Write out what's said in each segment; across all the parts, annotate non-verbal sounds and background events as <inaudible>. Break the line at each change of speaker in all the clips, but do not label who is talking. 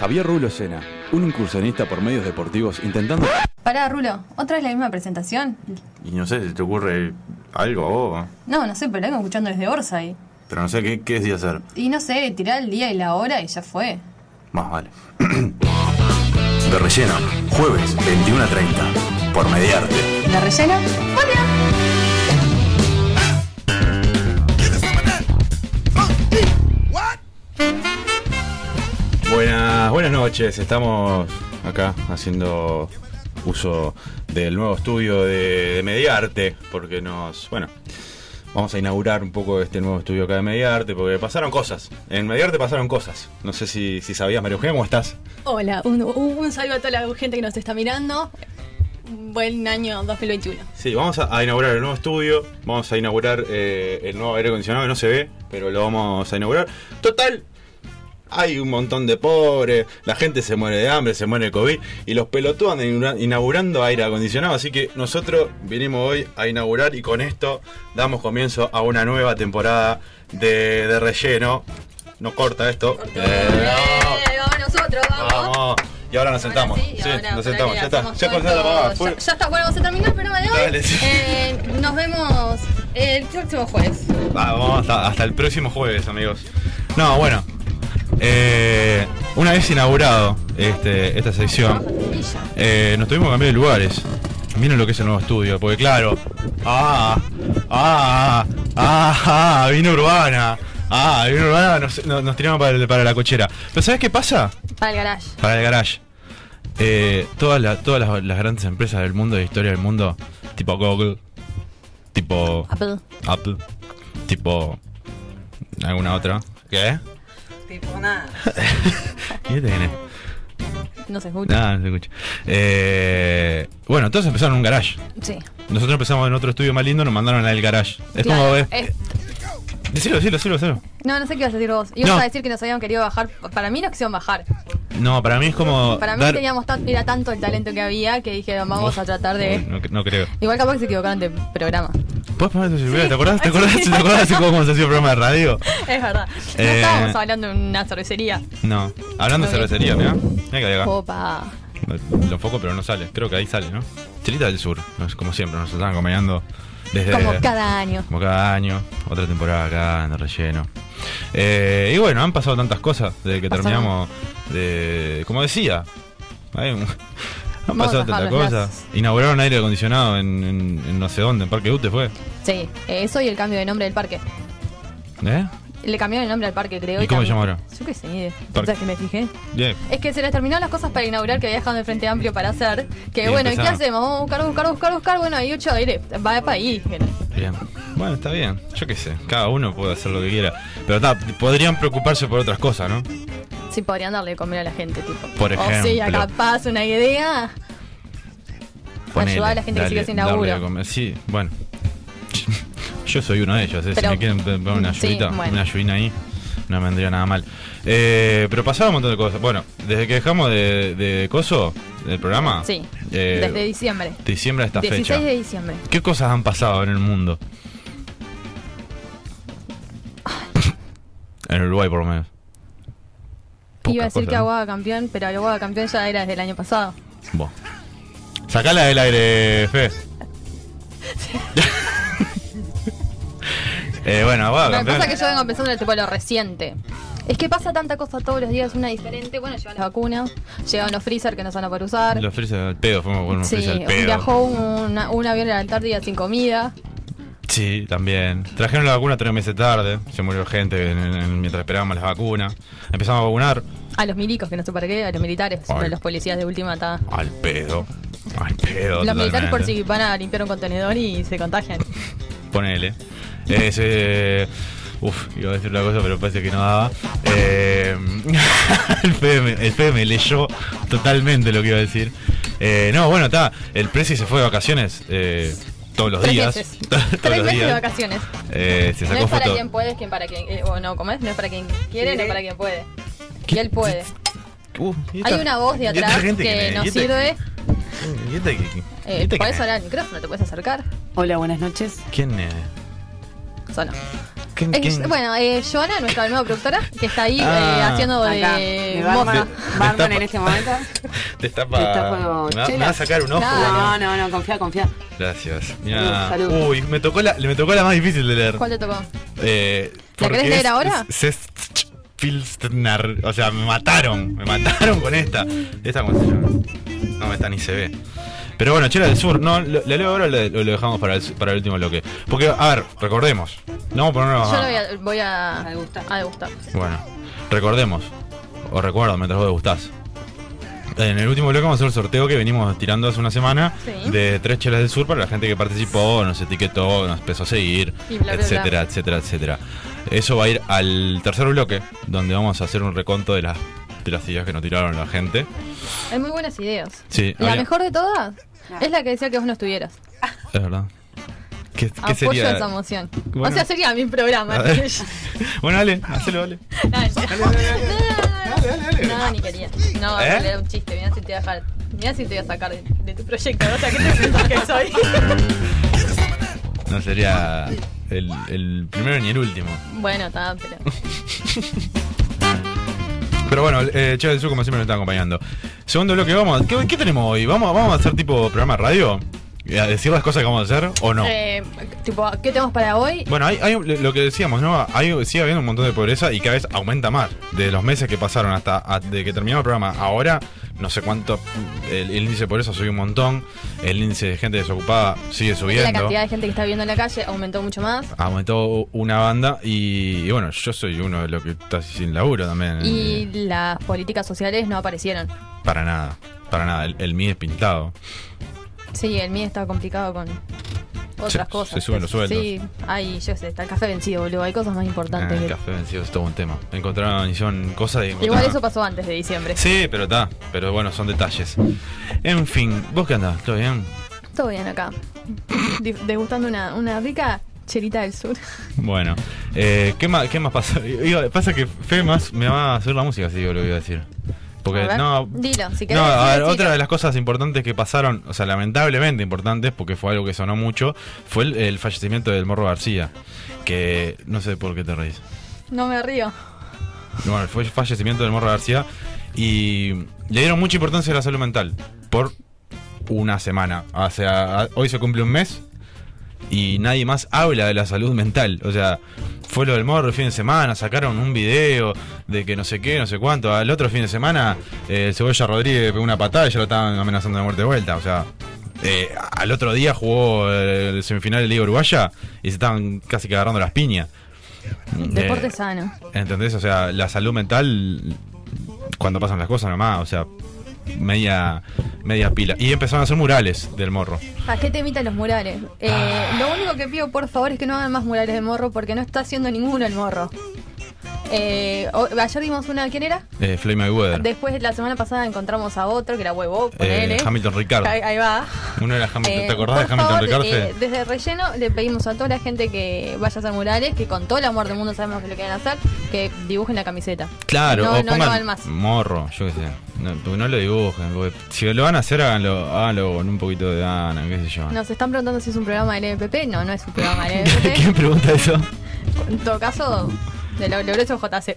Javier Rulo Llena, un incursionista por medios deportivos intentando...
Pará, Rulo, ¿otra vez la misma presentación?
Y no sé, si te ocurre algo a vos?
No, no sé, pero la vengo escuchando desde Orsa y,
Pero no sé qué, qué es de hacer.
y no sé, tirá el día y la hora y ya fue.
Más
<clears throat>
vale. De relleno, jueves 21 a 30, por Mediarte.
¿La rellena? ¡Hola!
Buenas, buenas noches, estamos acá haciendo uso del nuevo estudio de, de Mediarte, porque nos, bueno, vamos a inaugurar un poco este nuevo estudio acá de Mediarte, porque pasaron cosas, en Mediarte pasaron cosas, no sé si, si sabías, María Eugenia, ¿cómo estás?
Hola, un, un- un saludo a toda la gente que nos está mirando. Buen año 2021.
Sí, vamos a, a inaugurar el nuevo estudio, vamos a inaugurar eh, el nuevo aire acondicionado que no se ve, pero lo vamos a inaugurar. Total, hay un montón de pobres, la gente se muere de hambre, se muere de COVID y los pelotudos andan inaugura- inaugurando aire acondicionado, así que nosotros vinimos hoy a inaugurar y con esto damos comienzo a una nueva temporada de, de relleno. No corta esto. Eh,
Eh, vamos nosotros, vamos.
vamos. Y ahora nos
Ahora
sentamos.
sí,
Sí,
ahora
nos
por
sentamos,
ahí
ya está.
hacemos
Ya
todo,
comenzaron a apagar.
ya, ya está, bueno, vamos a terminar el programa de hoy.
Dale, sí.
Eh, nos vemos el próximo jueves.
Ah, Vamos hasta, hasta el próximo jueves, amigos. No, bueno. eh, una vez inaugurado este, esta sección, eh, nos tuvimos que cambiar de lugares. Miren lo que es el nuevo estudio, porque claro. Ah, ah, ah, ah, vino urbana. Ah, vino urbana, nos, no- nos tiramos para, el- para la cochera. Pero ¿sabes qué pasa?
Para el garage.
Para el garage. Eh, todas la- todas las, las grandes empresas del mundo, de historia del mundo, tipo Google, tipo
Apple.
Apple. Tipo. ¿Alguna otra? ¿Qué?
pues
Tipo
<laughs>
nada.
¿Qué tiene?
No se escucha.
Nada, Ah, no se escucha. Eh, bueno, todos empezaron en un garage.
Sí.
Nosotros empezamos en otro estudio más lindo, nos mandaron al garage. Es como
Claro,
ves.
es-
Decilo, decilo, decilo, decilo.
no, no sé qué ibas a decir vos. Ibas
No.
a decir que nos habían querido bajar. Para mí no quisieron bajar.
No, para mí es como.
Para mí
dar-
teníamos tan- era tanto el talento que había que dije, vamos a tratar de.
No, no creo.
Igual capaz que se equivocaron de programa.
¿Puedes poner tu celular?
Sí.
¿Te acordás? ¿Te
Sí.
acordás? ¿Te acordás de cómo se hacía el programa de radio?
<laughs> Es verdad. No
Eh.
estábamos hablando de una cervecería.
No. Hablando de
Ok.
cervecería, mirá. Mirá que hay acá.
Opa.
Lo foco, pero no sale. Creo que ahí sale, ¿no? Chilita del Sur, nos- como siempre, nos están acompañando desde.
Como cada año.
Como cada año, otra temporada acá en el relleno. Eh, y bueno, han pasado tantas cosas desde que
Pasaron.
terminamos de. Como decía, hay un- <laughs> han
Vamos a
pasado tantas
bajar los
cosas. Inauguraron aire acondicionado en, en- en no sé dónde, en Parque Ute fue.
Sí, eh, eso y el cambio de nombre del parque.
¿Eh?
Le cambiaron el nombre al parque, creo.
¿Y cómo se
también-
llama ahora?
Yo qué sé.
Parque.
¿Sabes que me fijé?
Bien.
Es que se les terminaron las cosas para inaugurar que había dejado el Frente Amplio para hacer. Que
Y
bueno, ¿y qué
empezaron.
hacemos? Vamos a buscar, buscar, buscar, buscar. Bueno, hay ocho aire. Va para ahí. dijeron.
Bien. Bueno, está bien. Yo qué sé. Cada uno puede hacer lo que quiera. Pero está, podrían preocuparse por otras cosas, ¿no?
Sí, podrían darle de comer a la gente, tipo.
Por
O sea,
ejemplo.
capaz una idea.
Ponele,
Ayudar a la gente que sigue sin
darle
laburo.
de comer. Sí, bueno. <laughs> Yo soy uno de ellos, ¿eh?
Pero-
si me quieren pe- poner una
Sí,
ayudita,
bueno.
una ayudina ahí, no me vendría nada mal. Eh, pero pasaba un montón de cosas. Bueno, desde que dejamos de, de Coso, del programa,
Sí.
eh,
Desde diciembre.
diciembre a esta
16
fecha,
de diciembre.
¿qué cosas han pasado en el mundo? en Uruguay, por lo menos.
Iba a
Pocas
decir
cosas,
que
¿no?
Aguada Campeón, pero Aguada Campeón ya era desde el año pasado.
Buah. Sacala del aire, Fe. Eh, bueno, va,
Lo que
campeón.
pasa es que yo vengo pensando en el tipo lo reciente. Es que pasa tanta cosa todos los días, una diferente. Bueno, llevan las vacunas, llegan los freezer que no se van a poder usar.
Los freezer al pedo, fuimos con unos
sí,
freezer al pedo.
viajó una- un avión a la Antártida sin comida.
Sí, también. Trajeron la vacuna tres meses tarde. Se murió gente en- en- mientras esperábamos las vacunas. Empezamos a vacunar.
A los milicos, que no sé para qué, a los militares,
Ay.
a los policías de última ta.
Al pedo. Al pedo.
Los militares por
totalmente.
si van a limpiar un contenedor y se contagian.
Ponele. Ese. Uf, iba a decir una cosa, pero parece que no daba. Eh, <laughs> el, PM, el PM leyó totalmente lo que iba a decir. Eh, no, bueno, está. El Prezi se fue de vacaciones eh, todos los
Tres
días.
meses.
<laughs> todos
Tres
los
meses de
días.
vacaciones.
Eh, se
No
sacó
es para
foto.
quien puede, es quien para quien. eh, o no, ¿cómo es? No es para quien quiere, no es para quien puede. Y
¿Qué?
él puede.
Uh, y esta-
Hay una voz
y
de
esta
atrás
gente
que
me-
nos
y esta-
sirve.
y esta que- y
Eh,
esta que
podés
me-
hablar al micrófono, te puedes acercar.
Hola, buenas noches.
¿Quién es?
Sonó.
¿Quién-
Es-
quién?
bueno, eh, Joana, nuestra nueva productora, que está ahí
Ah.
eh, haciendo
Acá,
de
de
moza.
Barman, Barman en
Destapa.
este momento.
Destapa.
Destapa
¿Me va- ¿Me
chela.
va a sacar un ojo?
Nada.
o no?
No, no, no, confía, confía.
Gracias. Mirá.
Salud.
Uy, me tocó, la, me tocó la más difícil de leer.
¿Cuál te tocó?
Eh, porque
querés leer
es-
ahora?
es- es- Pilsner. O sea, me mataron. Me mataron con esta. ¿Esta cómo se llama? No, esta ni se ve. Pero bueno, Chela del Sur. No, lo, ¿La leo ahora o la- o lo, dejamos para el, para el último bloque? Porque, a ver, recordemos. No, pero no.
Yo lo voy a, voy a,
A degustar.
a degustar.
Bueno, recordemos. O recuerdo mientras vos degustás. En el último bloque vamos a hacer el sorteo que venimos tirando hace una semana
Sí.
de tres chelas del sur para la gente que participó, nos etiquetó, nos empezó a seguir,
Y bla, bla,
etcétera,
bla.
etcétera, etcétera. Eso va a ir al tercer bloque, donde vamos a hacer un reconto de las de las ideas que nos tiraron la gente.
Hay muy buenas ideas.
Sí,
La
había-
mejor de todas es la que decía que vos no estuvieras.
es verdad. ¿Qué, qué
Apoyo
sería?
esa moción.
Bueno.
O sea, sería mi programa. <laughs>
A ver. bueno, dale, hacelo, dale.
Dale. <laughs>
Dale, dale, dale.
No, ni quería. No,
¿Eh?
era un chiste. Mirá si te voy a dejar. Mirá si te voy a sacar de, de tu proyecto. O sea, ¿qué te pensás
<laughs>
que soy?
No sería el, el primero ni el último.
bueno, está, pero.
Pero bueno, eh, Che del Sur, como siempre, nos está acompañando. Segundo bloque, vamos. ¿Qué, qué tenemos hoy? ¿Vamos, ¿Vamos a hacer tipo programa de radio? ¿A decir las cosas que vamos a hacer o no?
Eh, tipo, ¿qué tenemos para hoy?
Bueno, hay, hay lo que decíamos, ¿no? Hay, sigue habiendo un montón de pobreza y cada vez aumenta más. De los meses que pasaron hasta a- de que terminó el programa, ahora no sé cuánto. El, el índice de pobreza subió un montón. El índice de gente desocupada sigue subiendo.
La cantidad de gente que está viviendo en la calle aumentó mucho más.
Aumentó una banda y, y bueno, yo soy uno de los que está sin laburo también. eh,
Y
Mm.
las políticas sociales no aparecieron.
Para nada, para nada. El, el MIDI es pintado.
Sí, el mío está complicado con otras
Se-
cosas.
se suben los sueldos.
Sí, hay, yo sé, está el café vencido, boludo. Hay cosas más
Ah,
importantes.
el
que-
café vencido es todo un tema. Encontraron, hicieron cosas de.
Igual
encontraron-
eso pasó antes de diciembre.
Sí, pero está. Pero bueno, son detalles. En fin, ¿vos qué andás? ¿Todo bien?
Todo bien acá. Di- Degustando una, una rica chelita del sur.
Bueno, eh, ¿qué, más, ¿qué más pasa? <laughs> Iba- pasa que Fe más me va a hacer la música, si yo lo voy a decir. Porque
A ver,
no.
dilo, si querés
no, a ver,
decilo,
otra
decilo.
de las cosas importantes que pasaron, o sea, lamentablemente importantes, porque fue algo que sonó mucho, fue el, el fallecimiento del Morro García. Que no sé por qué te reís.
No me río.
Bueno, fue el fallecimiento del Morro García y le dieron mucha importancia a la salud mental por una semana. O sea, a- hoy se cumple un mes y nadie más habla de la salud mental. O sea, fue lo del Morro el fin de semana, sacaron un video de que no sé qué, no sé cuánto. Al otro fin de semana, eh, el Cebolla Rodríguez pegó una patada y ya lo estaban amenazando de muerte de vuelta. O sea. eh, al otro día jugó eh, el semifinal de Liga Uruguaya y se estaban casi que agarrando las piñas.
Deporte
Eh,
sano.
¿Entendés? O sea, la salud mental, cuando pasan las cosas nomás, o sea, media, media pila. Y empezaron a hacer murales del morro.
¿A Ah, qué te imitan los murales? Eh, Lo único que pido, por favor, es que no hagan más murales de morro porque no está haciendo ninguno el morro. Eh, o- ayer dimos una, ¿quién era?
Eh, Floyd Mayweather.
Después, la semana pasada encontramos a otro que era huevo,
eh,
ponele.
Hamilton Ricardo.
Ahí, ahí va.
Uno era Hamilton.
Eh,
¿Te acordás
por
de Hamilton
favor,
Ricardo?
eh, desde Relleno le pedimos a toda la gente que vaya a hacer murales, que con todo el amor del mundo sabemos que lo quieren hacer, que dibujen la camiseta.
Claro,
no,
o
no, no
pongan
hagan más.
morro, yo qué sé. No, porque no lo dibujen. porque si lo van a hacer, háganlo, háganlo con un poquito de gana, qué sé <laughs> yo.
Nos están preguntando si es un programa del NPP. No, no es un programa del
<laughs> ¿Quién
NPP.
pregunta eso?
en todo caso, de lo logró eso
<laughs>
JC.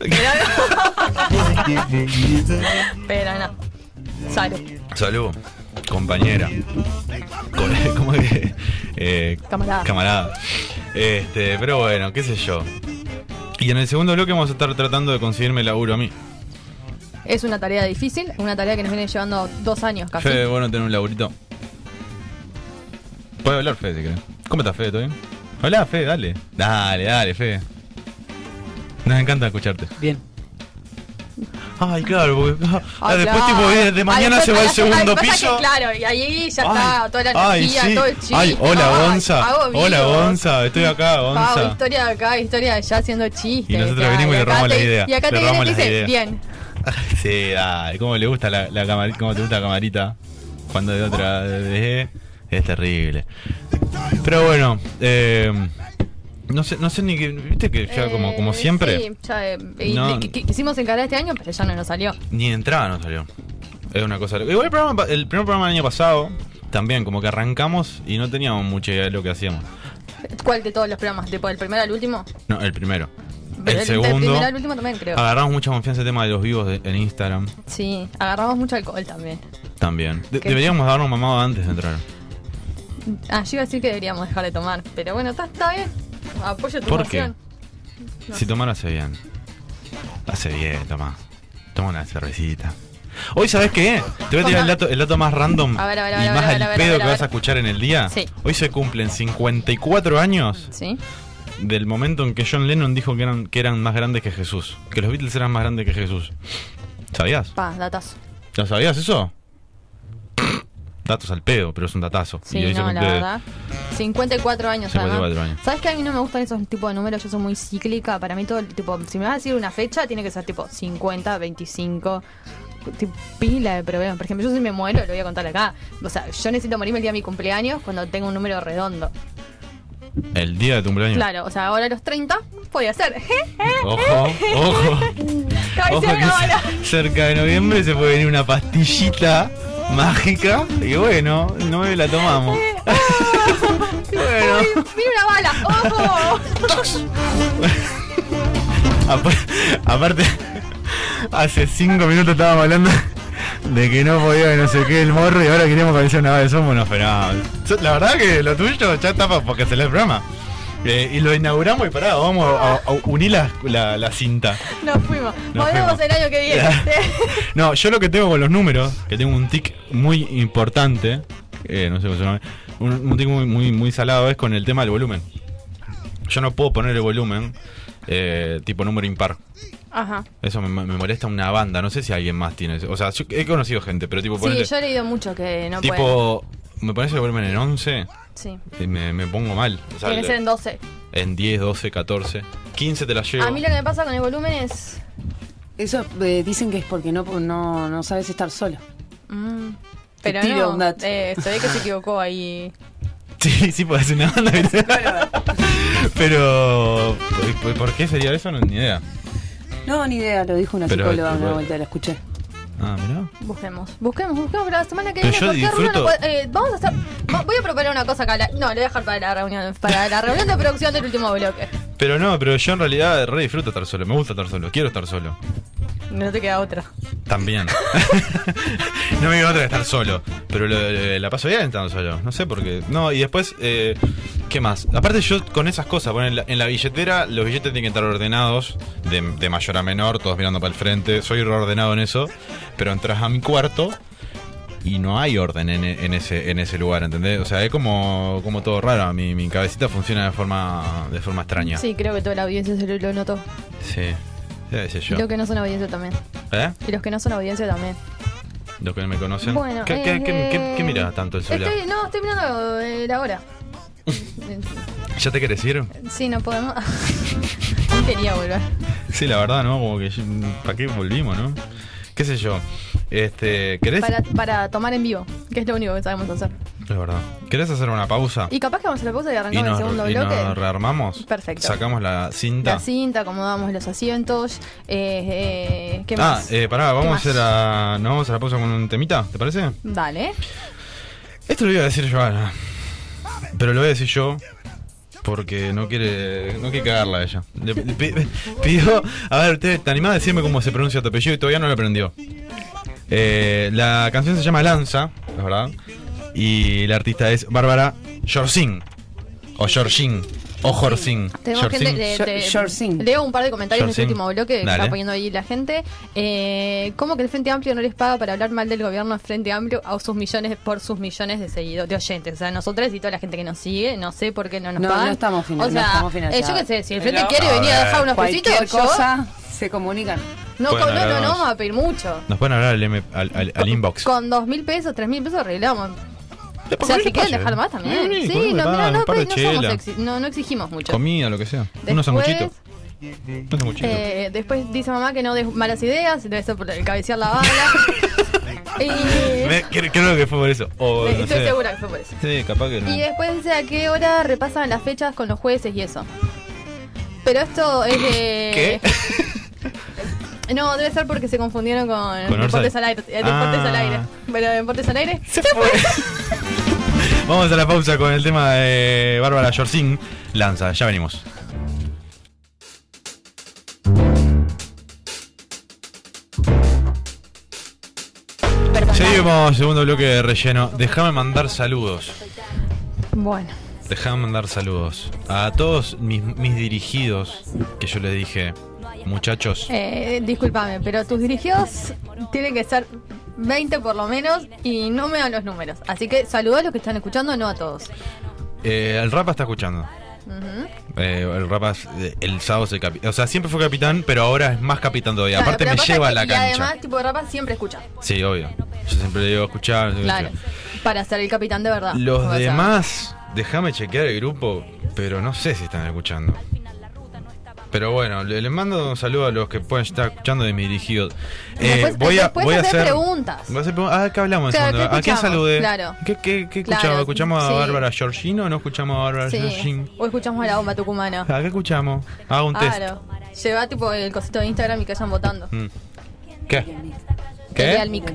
Pero no. Salud,
Salud, compañera. Co- <laughs> ¿Cómo es que? Eh,
camarada.
Camarada. Este, pero bueno, qué sé yo. Y en el segundo bloque vamos a estar tratando de conseguirme laburo a mí.
Es una tarea difícil, una tarea que nos viene llevando dos años casi.
Fede, bueno tener un laburito. Puede hablar, Fede, si querés. ¿Cómo estás, Fede? ¿Todo bien? Hola, Fede, dale. Dale, dale, Fede. Nos encanta escucharte.
Bien.
Ay, claro, porque ah,
Ah,
después
claro.
tipo de, de
Ah,
mañana
después
se va
a
al
la-
segundo
ah, pasa
piso.
que claro, y ahí ya
Ay,
está toda la
ay,
energía,
sí.
todo el chiste.
Ay, hola,
Ay,
Gonza.
hago
Hola,
videos.
Gonza. Estoy acá, Gonza.
Hago historia de acá, historia de allá haciendo chistes.
Y nosotros
claro,
venimos y le
acá
robamos la
te-
idea,
Y
le
acá te vienen y
robamos
te
las
dicen,
ideas.
bien.
<laughs> Sí, dale, cómo le gusta la, la camarita, cómo te gusta la camarita. Cuando de otra de- es terrible. Pero bueno, eh, no sé, no sé ni que, viste que ya como, como
Eh,
siempre,
Sí, ya, eh, y
No.
le- qui- quisimos encarar este año, pero ya no nos salió.
ni de entrada no salió. Es una cosa. loca. Igual el programa, pa- el primer programa del año pasado, también como que arrancamos y no teníamos mucha idea de lo que hacíamos.
¿Cuál de todos los programas? ¿Tipo del primero al último?
No, el primero.
Pero
el
Del
segundo. Ah.
primero al último también, creo.
Agarramos mucha confianza el tema de los vivos de- en Instagram
Sí, agarramos mucho alcohol también.
también. De-
¿Qué?
deberíamos darnos mamado antes de entrar.
Ah, yo iba a decir que deberíamos dejar de tomar, pero bueno, está, está bien. Apoyo tu
¿Por qué?
moción. No.
Si tomar hace bien. Hace bien, toma. Toma una cervecita. Hoy, ¿sabes qué? Te voy a tirar el dato, el dato más random
A ver, a ver, a
y
ver,
más
a ver, a
al
ver, a
pedo
ver,
que
a ver.
vas a escuchar en el día.
Sí.
Hoy se cumplen 54 años
¿Sí?
del momento en que John Lennon dijo que eran, que eran más grandes que Jesús. Que los Beatles eran más grandes que Jesús. ¿Sabías?
Pa, datazo.
¿Lo sabías eso? <coughs> Datos al pedo, pero es un datazo. Y
Sí,
hoy se
no, la
cumple-
verdad. 54 años,
54
además.
años.
¿Sabes que a mí no me gustan esos tipos de números? Yo soy muy cíclica. Para mí, todo el tipo. Si me vas a decir una fecha, tiene que ser tipo 50, 25. tipo, Pila de problemas. Por ejemplo, yo si me muero, lo voy a contar acá. O sea, yo necesito morirme el día de mi cumpleaños cuando tengo un número redondo.
El día de tu cumpleaños.
Claro, o sea, ahora a los 30 podía ser. <laughs>
Ojo, ojo. Ojo
Cabecea
que
una bala.
se- <laughs> cerca de noviembre se puede venir una pastillita mágica y bueno, no la tomamos. <laughs> Y
<laughs>
bueno,
¡Mira una bala! ¡Ojo! <laughs>
apa- aparte, hace cinco minutos estábamos hablando de que no podía que no sé qué el morro y ahora queremos parecer una vez, somos unos fenómenos. So- La verdad que lo tuyo ya está para porque se le el programa. Eh, y lo inauguramos y pará, vamos a, a unir la, la- la cinta.
Nos fuimos.
Nos
Volvemos
fuimos.
el año que
<laughs>
viene. <laughs>
No, yo lo que tengo con los números, que tengo un tic muy importante, eh, no sé cómo se llama, un, un tic muy, muy, muy salado es con el tema del volumen. Yo no puedo poner el volumen eh, tipo número impar.
Ajá.
Eso me, me molesta una banda, no sé si alguien más tiene. eso. O sea, yo he conocido gente, pero tipo,
Sí,
ponele-
yo he leído mucho que no pueden.
tipo, me pones el volumen en 11
Sí.
y me, me pongo mal. O sea,
Tiene que ser en 12.
en 10, 12, 14, 15 te la llevo.
A mí lo que me pasa con el volumen es.
Eso eh, dicen que es porque no, no, no sabes estar solo.
mm,
Te
pero
tiro
no,
un dato.
eh, se ve <laughs> que se equivocó ahí.
Sí, sí, puede ser una banda. ¿viste? Pero, ¿por- ¿por qué sería eso? No, ni idea.
No, ni idea, lo dijo una
Pero-
psicóloga una
pero-
vuelta, la escuché.
Ah, mirá.
Busquemos, busquemos, busquemos para la semana que
Pero
viene.
yo
porque Rulo
disfruto-
no puede- eh, vamos a hacer. va- Voy a proponer una cosa acá. la- no, lo voy a dejar para la reunión, para la reunión de producción del último bloque.
Pero no, pero yo en realidad re disfruto estar solo. Me gusta estar solo. Quiero estar solo.
No te queda otra.
También. <laughs> no me queda otra que estar solo. Pero lo- lo- la paso bien estando solo. No sé por qué. No, y después, eh, ¿qué más? Aparte, yo con esas cosas, bueno, en, la, en la billetera, los billetes tienen que estar ordenados, de, de mayor a menor, todos mirando para el frente. Soy reordenado en eso. Pero entras a mi cuarto. Y no hay orden en, e- en ese en ese lugar, ¿entendés? O sea, es como, como todo raro. Mi, mi cabecita funciona de forma de forma extraña.
Sí, creo que toda la audiencia se lo, lo notó.
Sí. Ya decía
Y
yo.
los que no son audiencia también.
¿Eh?
Y los que no son audiencia también.
Los que no me conocen.
Bueno,
¿Qué, qué, qué-
eh,
qué- qué mirás tanto el celular?
Estoy, no, estoy mirando eh, la
<laughs>
hora.
¿Ya te querés ir?
sí, no podemos. <laughs> no quería volver.
Sí, la verdad, ¿no? Como que ¿para qué volvimos, no? ¿Qué sé yo? Este, ¿querés?
Para, para tomar en vivo, que es lo único que sabemos hacer.
La verdad. ¿Querés hacer una pausa?
Y capaz que vamos a la pausa y
Y
arrancamos el
nos,
segundo
y nos
bloque.
rearmamos.
Perfecto.
Sacamos la cinta.
la cinta, acomodamos los asientos. Eh, eh, ¿Qué
ah,
más?
eh, pará, vamos a
más?
hacer a. ¿Nos vamos a la pausa con un temita? ¿Te parece?
Dale.
Esto lo iba a decir yo Ana. Pero lo voy a decir yo. Porque no quiere. No quiere cagarla a ella. Le pi- <laughs> pi- pidió. A ver, ¿te, ¿te animás a decirme cómo se pronuncia tu apellido? Y todavía no lo aprendió. Eh, la canción se llama Lanza, la verdad. Y la artista es Bárbara Jorsin. O Jorgin. O Jorsin.
Tenemos gente de,
Shor-
de-
Shorsing.
Leo un par de comentarios en este
Shorsing.
último bloque que
Dale.
está poniendo ahí la gente. Eh, ¿Cómo que el Frente Amplio no les paga para hablar mal del gobierno del Frente Amplio a sus millones por sus millones de seguidores, de oyentes? O sea, nosotros y toda la gente que nos sigue, no sé por qué no nos
No,
pagan.
no estamos finan-
O sea,
no
eh,
estamos
yo
financiados.
qué sé, si el
Pero-
Frente quiere
A
venir a
ver.
dejar unos pesitos,
Cualquier
yo-
cosa se comunican.
no,
Pueden
con- no, no, no
hablarnos.
vamos a pedir mucho.
Nos pueden hablar al, M- al- al- al inbox.
Con dos mil pesos, tres mil pesos arreglamos. O sea,
Después
si quieren
pase.
dejar más también.
Sí,
Sí,
con-
no,
va,
mira,
un
no,
par de
pues, no somos
chela.
exi- no, no exigimos mucho.
Comida, lo que sea. Unos
Después-
sanguchitos. Unos sanguchitos.
Eh, después dice mamá que no des malas ideas, debe ser por el cabecear la bala.
<laughs>
y,
Me- creo, creo que fue por eso. O, no
estoy
sé.
segura que fue por eso.
Sí, capaz que no.
Y después dice a qué hora repasan las fechas con los jueces y eso. Pero esto es de...
<laughs> ¿Qué?
<laughs> No, debe ser porque se confundieron con,
Con
Deportes
Orsay.
al Aire. eh, Deportes
Ah.
al Aire. Bueno, Deportes al Aire.
Se fue. <laughs> Vamos a la pausa con el tema de Bárbara Jorcín. Lanza, ya venimos. Seguimos, segundo bloque de relleno. Déjame mandar saludos.
Bueno,
Dejame mandar saludos a todos mis, mis dirigidos que yo les dije, muchachos,
eh, discúlpame, pero tus dirigidos tienen que ser 20 por lo menos y no me dan los números. Así que saludos a los que están escuchando, no a todos.
eh, el Rapa está escuchando.
Ujú.
Eh, el Rapa es- eh, el sábado es el capitán. O sea, siempre fue capitán, pero ahora es más capitán todavía.
Claro,
Aparte
pero
me
pasa
lleva a
que-
la
Y
cancha.
además, tipo de rapa siempre escucha.
Sí, obvio. Yo siempre le digo escuchar. no sé qué
Claro. Ah,
sé yo.
Para ser el capitán de verdad. O
Los
sea,
demás, déjame chequear el grupo, pero no sé si están escuchando. Pero bueno, le- les mando un saludo a los que pueden estar escuchando de mi dirigido. eh,
Después- eh, después hacer preguntas.
voy a hacer preguntas. Ah, ¿qué hablamos? en
Claro,
segundo?
¿qué
¿A quién
escuchamos?
saludé?
Claro.
¿Qué, qué- qué
Claro,
escuchamos? ¿Escuchamos a
sí.
Bárbara Georgino o no escuchamos a Bárbara Georgino?
Sí. O escuchamos a la bomba tucumana.
¿A qué escuchamos? Hago un test.
Claro. Lleva tipo el cosito de Instagram y que vayan votando.
Mm. ¿Qué?
Elial
¿Qué?
Mic.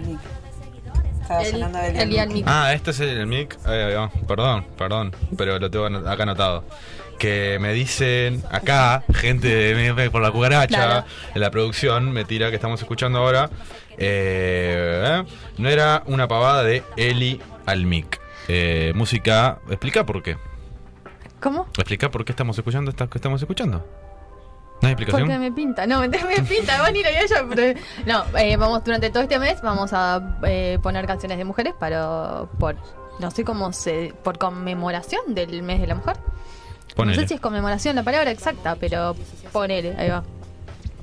Estabas hablando de
El Elial Mic.
Ah, este es el, el mic. Ahí va, Perdón, perdón, pero lo tengo anot- acá anotado. Que me dicen acá, gente de MF por la cucaracha,
Claro.
en la producción, me tira que estamos escuchando ahora. eh, no era una pavada de Eli al mic. Eh, música, explica por qué.
¿Cómo?
Explica por qué estamos escuchando esta que estamos escuchando. ¿No hay explicación?
Porque me pinta, no, <laughs> me, me pinta, van a ir a ella, pero- No, eh, vamos, durante todo este mes vamos a eh, poner canciones de mujeres para, por, no sé cómo se, por conmemoración del mes de la mujer.
Ponele.
No sé si es conmemoración la palabra exacta, pero ponele, ahí va.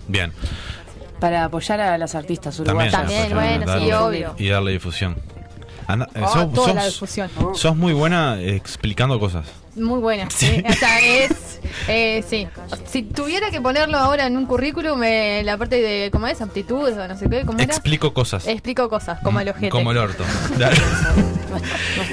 Bien.
Para apoyar a las artistas
También,
uruguayas.
También, bueno, sí,
Dale.
obvio.
Y darle difusión. Anda, eh,
Ah,
sos-
toda la
sos-
difusión.
sos muy buena explicando cosas.
Muy buena. Sí. O sea, es. eh, sí. Si tuviera que ponerlo ahora en un currículum, eh, la parte de. ¿Cómo es? Aptitudes o no sé qué. ¿Cómo era?
Explico cosas.
Explico cosas, como el ojete.
Mm, Como el
<laughs>
orto. Dale.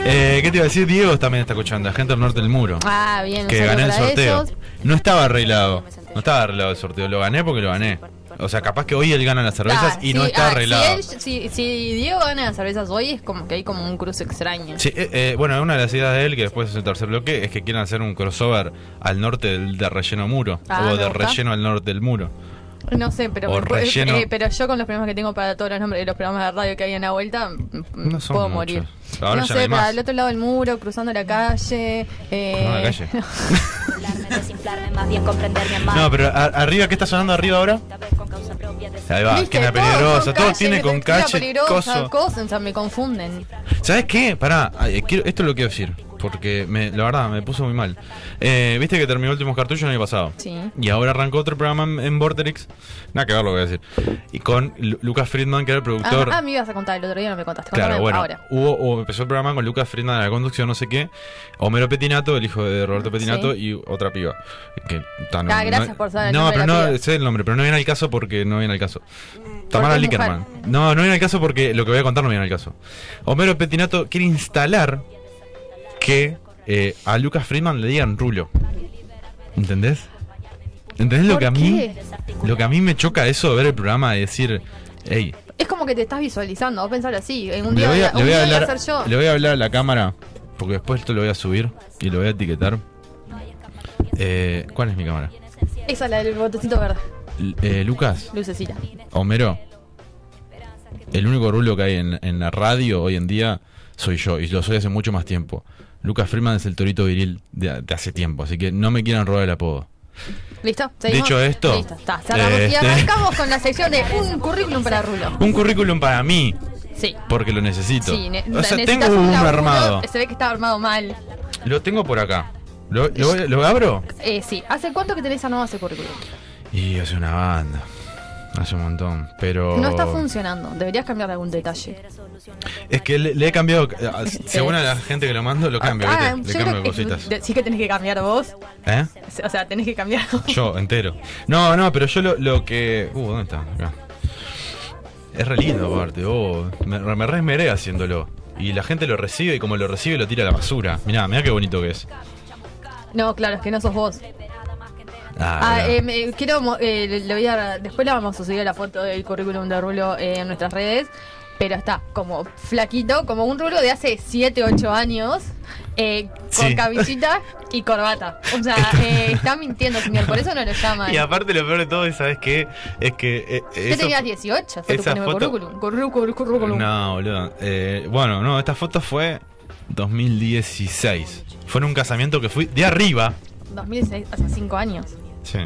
Eh, ¿Qué te iba a decir? Diego también está escuchando. La gente del norte del muro.
Ah, bien. un
que
saludo
gané el
para
sorteo.
ellos.
No estaba arreglado. No estaba arreglado el sorteo. Lo gané porque lo gané. O sea, capaz que hoy él gana las cervezas
Ah,
y no
sí,
está
ah,
arreglado.
Si, él- si- si Diego gana las cervezas hoy, es como que hay como un cruce extraño.
Sí, eh, eh, bueno, una de las ideas de él, que después es el tercer bloque, es que quieren hacer un crossover al norte del de relleno muro.
Ah,
o
me
de
gusta.
relleno al norte del muro.
No sé, pero,
O
me puede-
relleno.
eh, pero yo con los problemas que tengo para todos los nombres de los programas de radio que hay en la vuelta, m- m-
No son
puedo
muchos.
morir.
Ahora
no
ya
sé,
no hay más.
para el otro lado del muro, cruzando la calle. Eh,
No, la
<laughs>
calle.
Inflarme, desinflarme, más bien comprenderme más.
No, pero a- arriba, ¿qué está sonando arriba ahora?
Esta vez con causa propia,
Ahí va,
Viste,
que era
todos
peligrosa.
con
Todo
calle,
tiene
que
con
textura
calle.
peligrosa,
Coso.
cosa, o sea, me confunden.
¿Sabes qué? Pará, ay, eh, quiero- esto lo quiero decir, porque me, la verdad me puso muy mal. Eh, Viste que terminó Últimos Cartuchos el año pasado.
Sí. Ah,
Y ahora arrancó otro programa en, en Vorterix. Nada que ver lo que voy a decir. Y con Lu- Lucas Friedman, que era el productor.
Ah, ah, me ibas a contar el otro día, no me contaste.
Claro,
Contame
bueno,
ahora.
hubo, o empezó el programa con Lucas Friedman en la conducción, no sé qué. Homero Petinato, el hijo de Roberto Petinato, y otra piba. Que, ta, no-
Ah, gracias
no-
por saber el
No,
nombre de
pero
la
no
piba. Mm,
sé el nombre, pero no viene al caso porque no viene al caso. Tamara
es
Lickerman. No, no viene al caso porque lo que voy a contar no viene al caso. Homero Petinato quiere instalar que eh, a Lucas Friedman le digan rulo. ¿Entendés? ¿Entendés lo
¿Por
que a mí?
qué?
Lo que a mí me choca eso de ver el programa y decir, hey,
Es como que te estás visualizando, vos pensar así. En un
le
día,
voy, a,
un
le voy a
día voy a
hablar,
ser yo.
le voy a hablar a la cámara, porque después esto lo voy a subir y lo voy a etiquetar. Eh, ¿Cuál es mi cámara?
Esa es la del botoncito verde,
L- eh, Lucas,
lucecita.
Homero, el único rulo que hay en, en la radio hoy en día soy yo, y lo soy hace mucho más tiempo. Lucas Freeman es el torito viril de, de hace tiempo, así que no me quieran robar el apodo.
¿Listo? ¿Seguimos?
Dicho esto,
Listo, está, cerramos. Y
este-
arrancamos con la sección de un currículum para Rulo.
Un currículum para mí,
Sí.
porque lo necesito.
Sí, ne-
o sea,
necesitas
tengo
un
uno
laburo,
armado.
Se ve que está armado mal.
Lo tengo por acá. ¿Lo, lo- lo abro?
Eh, sí. ¿Hace cuánto que tenés armado ese currículum?
Y hace una banda. Hace un montón. Pero.
No está funcionando. Deberías cambiar algún detalle.
Es que le, le he cambiado.
<laughs>
eh, Según a la gente que lo mando, lo cambio.
Ah,
¿viste?
yo
Le
creo
cambio
que-
cositas.
de- sí que tenés que cambiar vos.
¿Eh?
O sea, tenés que cambiar vos. <laughs>
Yo, entero. No, no, pero yo lo, lo que. Uh, ¿dónde está? Acá. Es re lindo, aparte. Oh, me, me re esmeré haciéndolo. Y la gente lo recibe y como lo recibe lo tira a la basura. Mirá, mirá qué bonito que es.
No, claro, es que no sos vos. Ah,
Ah, mirá.
eh, me- quiero, mo- eh, le voy a- después la vamos a subir a la foto del currículum de Rulo eh, en nuestras redes. pero está como flaquito, como un rubro de hace 7, 8 años, eh, con
Sí.
cabellita y corbata. O sea, eh, está mintiendo, señor, por eso no lo llaman.
Y aparte lo peor de todo es, ¿sabes qué? Es que... eh,
Yo
eso-
tenías 18, fue tu
esa
primer
foto-
currículum. Currículum, currículum.
No, boludo. Eh, bueno, no, esta foto fue 2016. Fue en un casamiento que fui de arriba.
2006, hace 5 años.
Sí.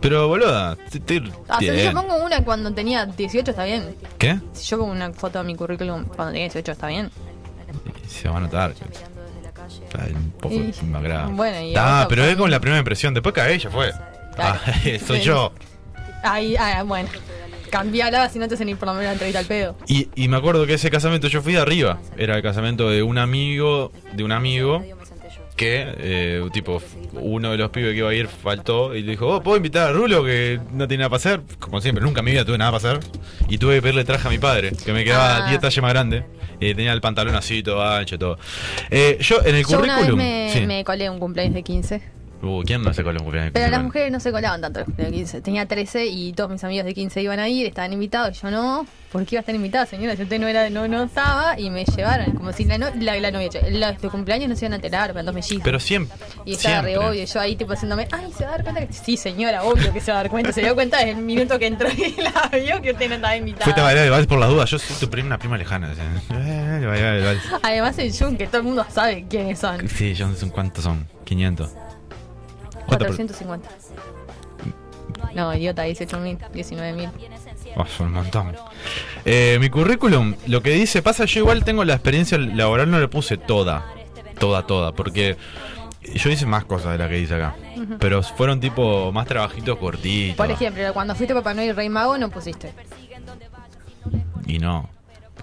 Pero, boluda, te- te-
Ah, si
bien.
yo pongo una cuando tenía 18, está bien.
¿Qué?
Si yo pongo una foto de mi currículum cuando tenía 18, está bien.
Se va a notar. Está un poco
Y-
más grave.
bueno, y
Ah,
otro
pero es
con-
con la primera impresión. Después cae ella, fue.
Claro.
Ah, <laughs> soy yo.
Ahí, ah, bueno. Cambiala si no te hacen ir por lo menos la entrevista al pedo.
Y, y me acuerdo que ese casamiento yo fui de arriba. Era el casamiento de un amigo, de un amigo que, eh, tipo, uno de los pibes que iba a ir faltó y le dijo, oh, ¿puedo invitar a Rulo que no tiene nada para hacer? Como siempre, nunca en mi vida tuve nada para hacer. Y tuve que pedirle traje a mi padre, que me quedaba
Ah.
10 talles más grande. Eh, tenía el pantalón así, todo ancho, todo. Eh, yo en el
Yo una vez
currículum...
me,
Sí.
me colé un cumpleaños de 15.
Uh, ¿quién no se coló un cumpleaños?
Pero las mujeres no se colaban tanto los cumpleaños de 15. Tenía 13 y todos mis amigos de 15 iban a ir, estaban invitados. Yo no. ¿Por qué iba a estar invitada, señora? Si usted no era, no, no estaba y me llevaron. Como si la, no- la, la novia. Los de cumpleaños no se iban a enterar, pero dos mellizos.
Pero siempre...
Y estaba re
siempre.
obvio, yo ahí tipo haciéndome, ay, se va a dar cuenta que. Sí, señora, obvio que se va a dar cuenta. Se dio cuenta desde el minuto que entró y <laughs> la vio que usted no
Fuiste
estaba
a
invitada.
bailar el vals por las dudas, yo soy tu prima, una prima lejana. decía. Eh, <laughs> bailar el vals.
Además, el Jun, que todo el mundo sabe quiénes son.
Sí, yo no sé cuántos son. 500. ¿Cuánto por-
450. No, idiota, 18.000, 19.000.
Oh, son un montón. Eh, mi currículum, lo que dice, pasa, yo igual tengo la experiencia laboral, no le puse toda. Toda, toda, porque yo hice más cosas de las que dice acá. Pero fueron tipo más trabajitos cortitos.
Por ejemplo, cuando fuiste Papá Noel y Rey Mago, no pusiste.
Y no.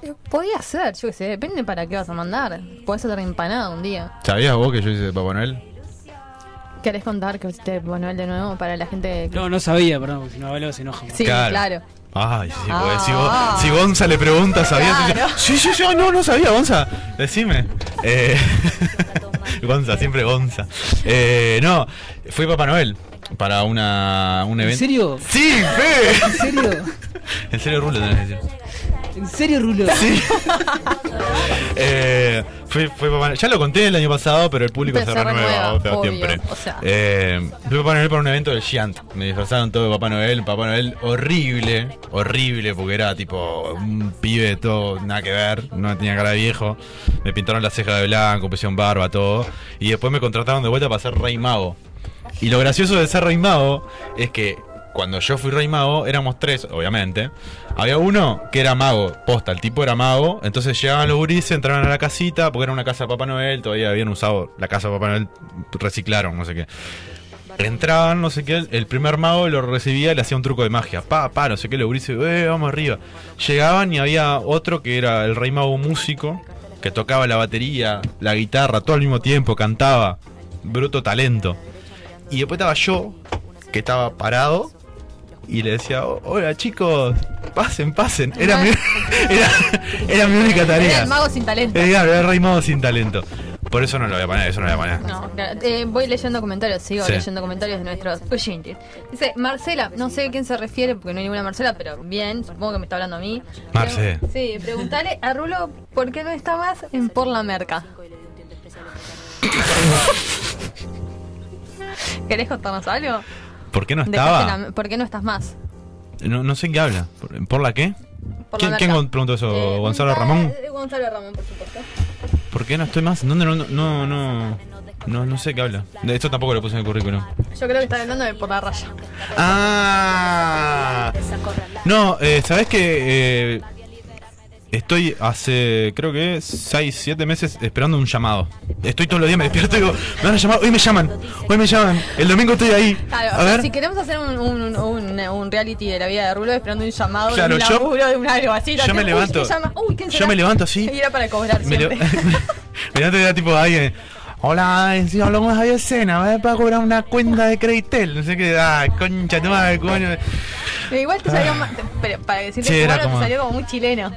Eh, Podía ser, yo qué sé, depende para qué vas a mandar. Podés hacer empanada un día.
¿Sabías vos que yo hice de Papá Noel?
¿Querés contar que fuiste Papá Noel de nuevo para la gente?
No, no sabía, perdón, porque si no Abelo se enoja.
Sí, claro.
Ay, sí,
Ah.
porque si, vos- si Gonza le pregunta, ¿sabías?
Claro.
Sí, sí, yo no, no sabía, Gonza. Decime. Eh, <laughs> Gonza, siempre Gonza. Eh, no, fui Papá Noel para una, un
¿En
evento.
serio?
Sí,
¿En
fe.
serio?
<laughs> En serio, Rulo, tenés que decir.
¿En serio, Rulo?
Eh, fui, fui Papá Noel. Ya lo conté el año pasado, pero el público
Pero
se
se
renueva
renueva,
o sea,
obvio,
siempre.
o sea.
Eh, fui Papá Noel para un evento del Giant. Me disfrazaron todo de Papá Noel. Papá Noel horrible, horrible, porque era tipo un pibe, todo nada que ver. No tenía cara de viejo. Me pintaron la ceja de blanco, pusieron barba, todo. Y después me contrataron de vuelta para ser Rey Mago. Y lo gracioso de ser Rey Mago es que cuando yo fui Rey Mago éramos tres, obviamente. Había uno que era mago, posta, el tipo era mago. Entonces llegaban los gurises, entraban a la casita, porque era una casa de Papá Noel, todavía habían usado la casa de Papá Noel, reciclaron, no sé qué. Entraban, no sé qué, el primer mago lo recibía y le hacía un truco de magia. Pa, pa, no sé qué, los gurises, eh, vamos arriba. Llegaban y había otro que era el Rey Mago músico, que tocaba la batería, la guitarra, todo al mismo tiempo, cantaba. Bruto talento. Y después estaba yo, que estaba parado, y le decía, "Oh, hola chicos, pasen, pasen. Era mi, <laughs> era, era mi única
Era
tarea.
el mago sin talento.
Era, era el rey mago sin talento. Por eso no lo voy a poner, eso no lo voy a poner.
No, claro. Eh, voy leyendo comentarios, sigo
Sí.
leyendo comentarios de nuestros oyentes. Dice, Marcela, no sé a quién se refiere porque no hay ninguna Marcela, pero bien, supongo que me está hablando a mí.
Marce.
Pero- Sí, preguntale a Rulo por qué no está más en Por la Merca. ¿Querés contarnos algo?
¿Por qué no
Dejaste
Ah, estaba?
la- ¿Por qué no estás más?
No, no sé en qué habla. ¿Por, por la qué?
Por
¿Quién,
la
quién
merca.
preguntó eso?
Eh,
¿Gonzalo
Gonza-
Ramón?
eh, Gonzalo Ramón, por supuesto.
¿Por qué no estoy más? ¿Dónde no, no, no, no, no, no sé qué habla? De esto tampoco lo puse en el currículum.
Yo creo que está hablando de Por la Raya.
Ah. No, eh, ¿sabes que eh, estoy hace, creo que 6, 7 meses esperando un llamado. Estoy todos los días, me despierto y digo, me van a llamar, hoy me llaman, hoy me llaman, el domingo estoy ahí.
Claro,
A
si
ver,
queremos hacer un, un, un- un reality de la vida de Rulo esperando un llamado
Claro,
de un
yo-
laburo, de un algo así.
yo me
uy,
levanto-
¿quién llama? Uy, ¿quién
yo
será?
me levanto así.
Y era para cobrar
me
siempre.
<laughs> levanto y era tipo alguien. Hola, si hablamos de Javier Sena, va para cobrar una cuenta de Creditel. No sé qué, ah, concha, tu madre, coño.
Pero Igual te salió más, pero para decirte
Sí,
que
era
bueno,
como-
te salió como muy chileno.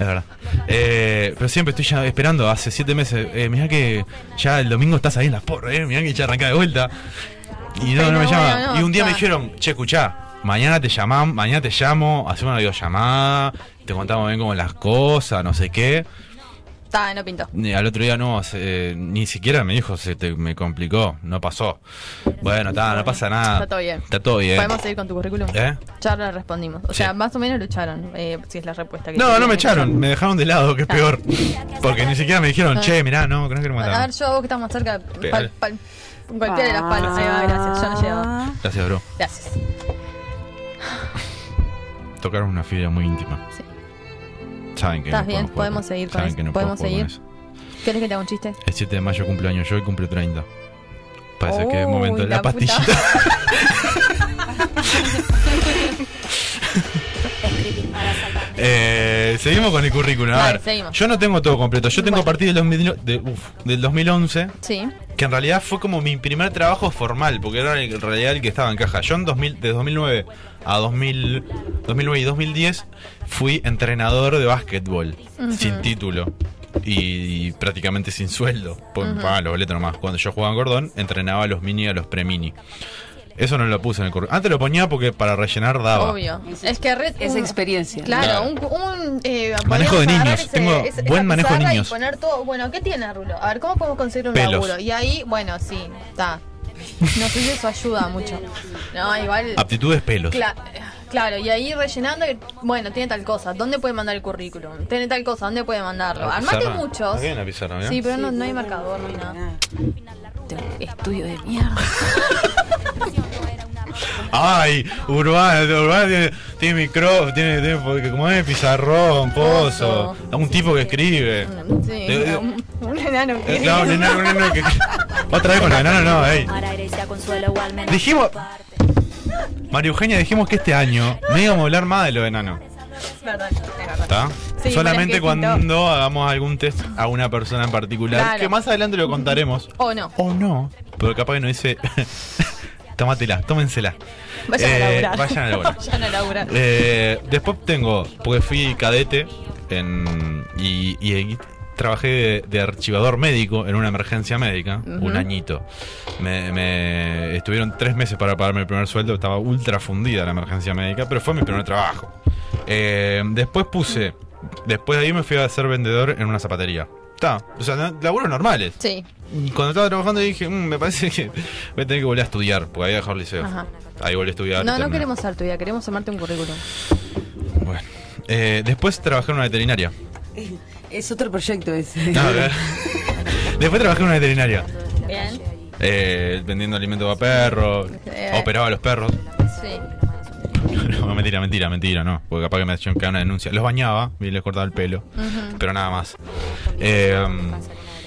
Es verdad. Eh, pero siempre estoy ya esperando, hace siete meses. Eh, mirá que ya el domingo estás ahí en las porras, eh, mirá que ya arranca de vuelta. Y no,
Pero
no me llama.
bueno, no,
y un día me
está.
dijeron, che, escuchá, mañana te llamamos, mañana te llamo, hacemos una videollamada, te contamos bien cómo las cosas, no sé qué.
Ta, no pintó.
Ni al otro día no, se- ni siquiera me dijo, se te- me complicó, no pasó. Bueno, está, no pasa nada.
Está todo bien.
Está todo bien.
Podemos seguir con tu currículum.
¿Eh?
Ya lo respondimos. O
Sí.
sea, más o menos lo echaron. eh, si es la respuesta que
No, no me
tiene.
echaron, me dejaron de lado,
Ah.
que es peor. Porque ni siquiera me dijeron, che, mirá, no, que no queremos
A ver,
matar.
yo, vos que estás más cerca. Pal,
Pal.
pal. Golpeale las palmas. Ahí va, gracias. Yo no
Ah.
llegaba.
Gracias, bro.
Gracias.
Tocaron una fibra muy íntima.
Sí.
Saben que
¿Estás
no
bien?
puedo jugar
Podemos
con-
seguir con
Saben
eso.
que no
Podemos
puedo jugar
seguir.
con
¿Querés que te haga un chiste?
eso. El 7 de mayo cumplo años yo y cumplo 30. Parece
Uy,
que es momento de la,
la puta.
pastillita.
Escribí para
<laughs>
salvarme.
Eh, seguimos con el currículum. A
Dale,
ver,
seguimos.
yo no tengo todo completo. Yo tengo
Bueno.
a partir del, 2000 de- uf, del 2011,
Sí.
que en realidad fue como mi primer trabajo formal, porque era en realidad el que estaba en caja. Yo en 2000, de 2009 a 2000, 2009 y 2010 fui entrenador de básquetbol, sin título. Y, prácticamente sin sueldo. Pues me pagaban los boletos nomás. Cuando yo jugaba en Gordón, entrenaba a los mini y a los pre-mini. Eso no lo puse en el currículum. Antes lo ponía porque para rellenar daba.
Obvio. Es que red.
Es
un-
experiencia.
Claro,
Ah, Claro.
un. un, eh,
Manejo
podríamos
de niños.
agarrar ese-
Tengo
ese-
buen
esa
manejo de
pizarra y
niños.
poner todo- bueno, ¿qué tiene Rulo? A ver, ¿cómo podemos conseguir un
Pelos.
laburo? Y ahí, bueno, sí, está. No sé si eso ayuda mucho. No, igual.
Aptitudes Ah, pelos.
Cla- claro, y ahí rellenando, que, bueno, tiene tal cosa, ¿dónde puede mandar el currículum? Tiene tal cosa, ¿dónde puede mandarlo?
La
Armate
pizarra.
muchos.
Está bien ¿eh? la pizarra, mirá.
Sí, pero no, no hay marcador, no hay nada.
Estudio de mierda.
Ay, Urbano, Urbano tiene, tiene micrófono, tiene, tiene- ¿cómo es? Pizarrón, pozo. Un tipo que escribe.
Sí,
Eh,
un, un enano que-
Eh, No, un enano, un enano que- <laughs> Otra vez con el enano, no, ey.
Para aire y sea consuelo o al menos
Dijimos-
parte.
María Eugenia, dijimos que este año no íbamos a hablar más de los enanos.
Es verdad, es verdad.
¿Está?
Sí,
Solamente
bueno, es que sí,
cuando hagamos algún test a una persona en particular,
Claro.
que más adelante lo contaremos.
O no,
O no. Pero capaz que nos dice. <laughs> Tómatela, tómensela.
vayan a
Eh,
laburar.
Vayan a laburar.
<laughs> Vayan a laburar.
Eh, después tengo, porque fui cadete en, y, y- y trabajé de, de archivador médico en una emergencia médica, un añito. Me, me- estuvieron tres meses para pagarme el primer sueldo, estaba ultra fundida la emergencia médica, pero fue mi primer trabajo. Eh, después puse, después de ahí me fui a ser vendedor en una zapatería. Está, o sea, na- laburos normales.
Sí,
Y Cuando estaba trabajando dije, "Mm, me parece que voy a tener que volver a estudiar, porque había dejado el liceo.
Ajá.
Ahí volví a estudiar. y
no, no
terminé.
queremos ser tu vida, queremos armarte un currículum.
Bueno. Eh, después trabajé en una veterinaria.
<laughs> Es otro proyecto ese.
No,
<laughs>
eh. después trabajé en una veterinaria.
Bien,
Eh, vendiendo alimentos a perros.
Eh.
Operaba a los perros. <laughs>
sí.
No, mentira, mentira, mentira, no. Porque capaz que me hacían caer una denuncia. Los bañaba y les cortaba el pelo. Pero nada más. Eh,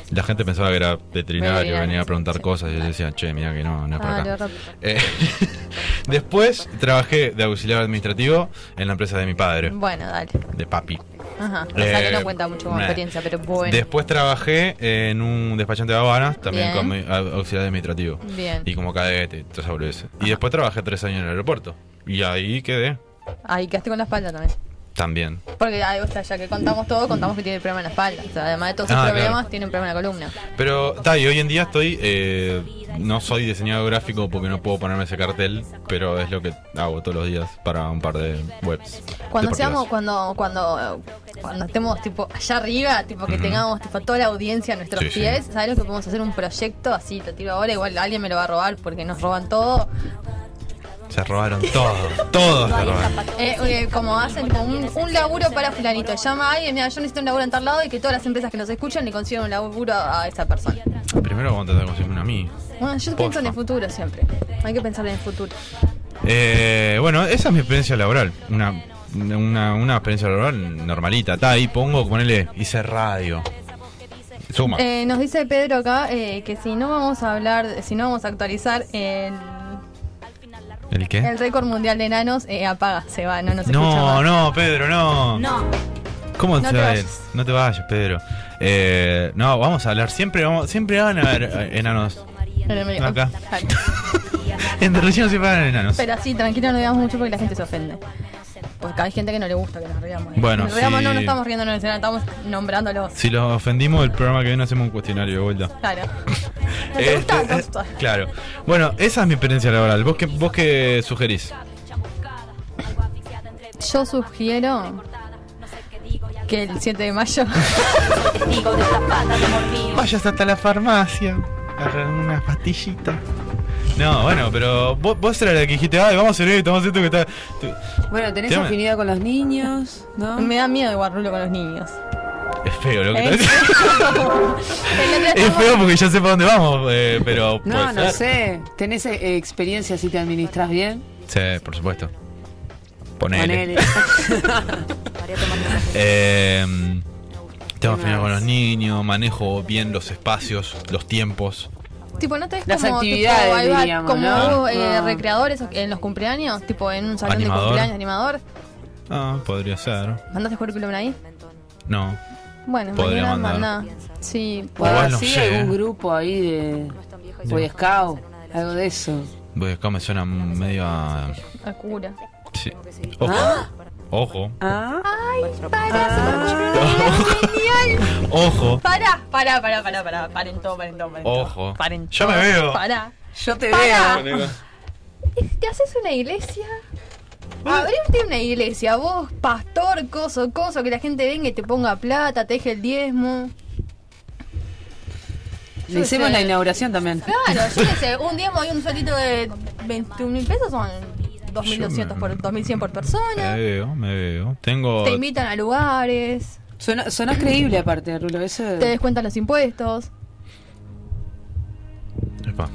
la gente pensaba que era veterinario,
Veterinario,
venía a preguntar
sí.
cosas y yo decía, che, mira que no, no es por
Ah,
acá.
lo rap-
Eh, <laughs> después trabajé de auxiliar administrativo en la empresa de mi padre,
Bueno, dale.
de papi.
Ajá. O sea que
Eh,
no cuenta mucho con
nah.
experiencia, pero bueno.
Después trabajé en un despachante de Habana, también
Bien.
como au- auxiliar administrativo.
Bien.
Y como cadete, todas esas boludeces. Y después trabajé tres años en el aeropuerto. Y ahí quedé
Ahí quedaste con la espalda también.
también.
Porque ahí está, ya que contamos todo, contamos que tiene el problema en la espalda. O sea, además de todos sus
Ah, claro.
problemas, tiene un problema en la columna.
Pero está, y hoy en día estoy. eh, no soy diseñador gráfico porque no puedo ponerme ese cartel, pero es lo que hago todos los días para un par de webs.
Cuando
deportivas.
seamos, cuando, cuando, cuando estemos tipo allá arriba, tipo que tengamos tipo toda la audiencia a nuestros
Sí, sí.
pies, ¿sabes lo que podemos hacer? Un proyecto así, lo tiro ahora, igual alguien me lo va a robar porque nos roban todo.
Se robaron todo, todo se robaron.
Eh, eh, como hacen como un, un laburo para fulanito. Llama a alguien, mira, yo necesito un laburo en tal lado y que todas las empresas que nos escuchan le consigan un laburo a esa persona.
Primero vamos a tratar de conseguirme una a mí.
Bueno, yo pienso en el futuro siempre. Hay que pensar en el futuro.
Eh, bueno, esa es mi experiencia laboral. Una, una, una experiencia laboral normalita. Está ahí, pongo, ponele, hice radio. Suma.
Eh, nos dice Pedro acá eh, que si no vamos a hablar, si no vamos a actualizar el,
¿El qué?
el récord mundial de enanos, eh, apaga, se va, no nos escucha
no,
más.
no, Pedro, no.
No,
¿Cómo
No
se
te
va a
vayas.
ir? No te vayas, Pedro. Eh, no, vamos a hablar. Siempre vamos, siempre van a haber eh, enanos. <laughs>
En el medio. <laughs>
Acá. En recién siempre van a haber enanos.
Pero así, tranquilo, no digamos mucho porque la gente se ofende. Porque hay gente que no le gusta que nos riamos.
Bueno,
nos riamos,
sí.
no, no estamos riendo, no, estamos nombrándolos.
Si los ofendimos, el programa que viene hacemos un cuestionario de vuelta.
Claro. ¿No te
Este,
gusta?
eh, claro. Bueno, esa es mi experiencia laboral. ¿Vos qué, vos qué sugerís?
Yo sugiero Que el 7 de mayo.
Testigo de esta pata de morbillo.
Vayas hasta la farmacia, agarrar unas pastillitas. No, bueno, pero vos, vos eras la que dijiste, ay, vamos a ir, tomamos esto que está. tú-
<laughs> Bueno, tenés
Llame.
afinidad con los niños, ¿no?
Me da miedo igual rulo con los niños.
Es feo lo que
Es
te
feo.
Es feo porque ya sé para dónde vamos, eh, pero.
No,
puede
no
ser.
sé. ¿Tenés eh, experiencia si te administras bien?
Sí, por supuesto. Ponele.
Ponele.
<laughs> Eh, tengo que afinar con
más?
los niños, manejo bien los espacios, los tiempos.
Tipo, ¿no tenés
Las
como,
actividades,
tipo, ahí va,
diríamos,
como
¿no?
eh,
Ah.
recreadores en los cumpleaños? Tipo, en un salón
Animador.
de cumpleaños animador.
Ah, podría ser.
¿Mandaste currículum ahí?
No.
Bueno,
Podría
mañana
mandar.
mandá. Sí,
<laughs> O
Igual no
así
sé,
algún
eh.
grupo ahí de Boy Scout, algo de eso.
Voy acá me suena medio a.
a cura.
sí. Ojo. Ojo.
Ah,
Ojo.
Pará, pará, pará, pará, pará. Paren todo, paren todo, paren todo.
Ojo.
Paren
Yo
todo,
me veo.
Pará.
yo te
Para.
veo.
¿Te haces una iglesia? Abrirte una iglesia, vos, pastor, coso, coso, que la gente venga y te ponga plata, te deje el diezmo.
Le hicimos la inauguración también.
Claro, yo qué sé, un diezmo y un solito de 21 mil pesos son 2.200 por 2.100 por
Me
persona.
veo, me veo. Tengo.
Te invitan a lugares,
Suena,
<clears throat>
sonás creíble aparte, Rulo. Eso
Eh.
te descuentan los impuestos.
Epa.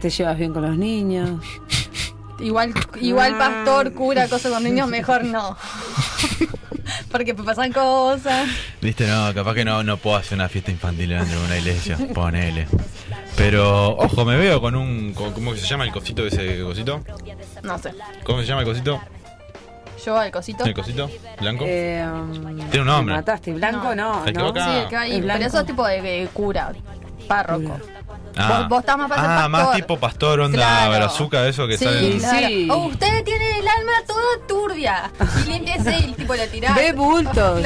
te llevas bien con los niños.
Igual, igual pastor, cura, cosas con niños, mejor no. Porque pasan cosas.
Viste, no, capaz que no, no puedo hacer una fiesta infantil dentro de una
<laughs>
iglesia. Ponele. Pero, ojo, me veo con un. con- ¿Cómo que se llama el cosito ese cosito?
No sé.
¿Cómo se llama el cosito?
Yo al cosito.
¿El cosito? ¿Blanco?
Eh,
Tiene un nombre.
me mataste. Blanco no,
Te
no.
equivocás.
Sí, el que va
Es
ahí.
blanco.
Pero eso es tipo de, de cura, párroco. Vos- vos estás más para ser
Ah, más
pastor.
tipo pastor, onda,
Claro.
brazuca, eso que
Sí,
salen.
claro.
Sí.
O usted tiene el alma toda turbia. Y limpiese y tipo la tirás.
Ve bultos.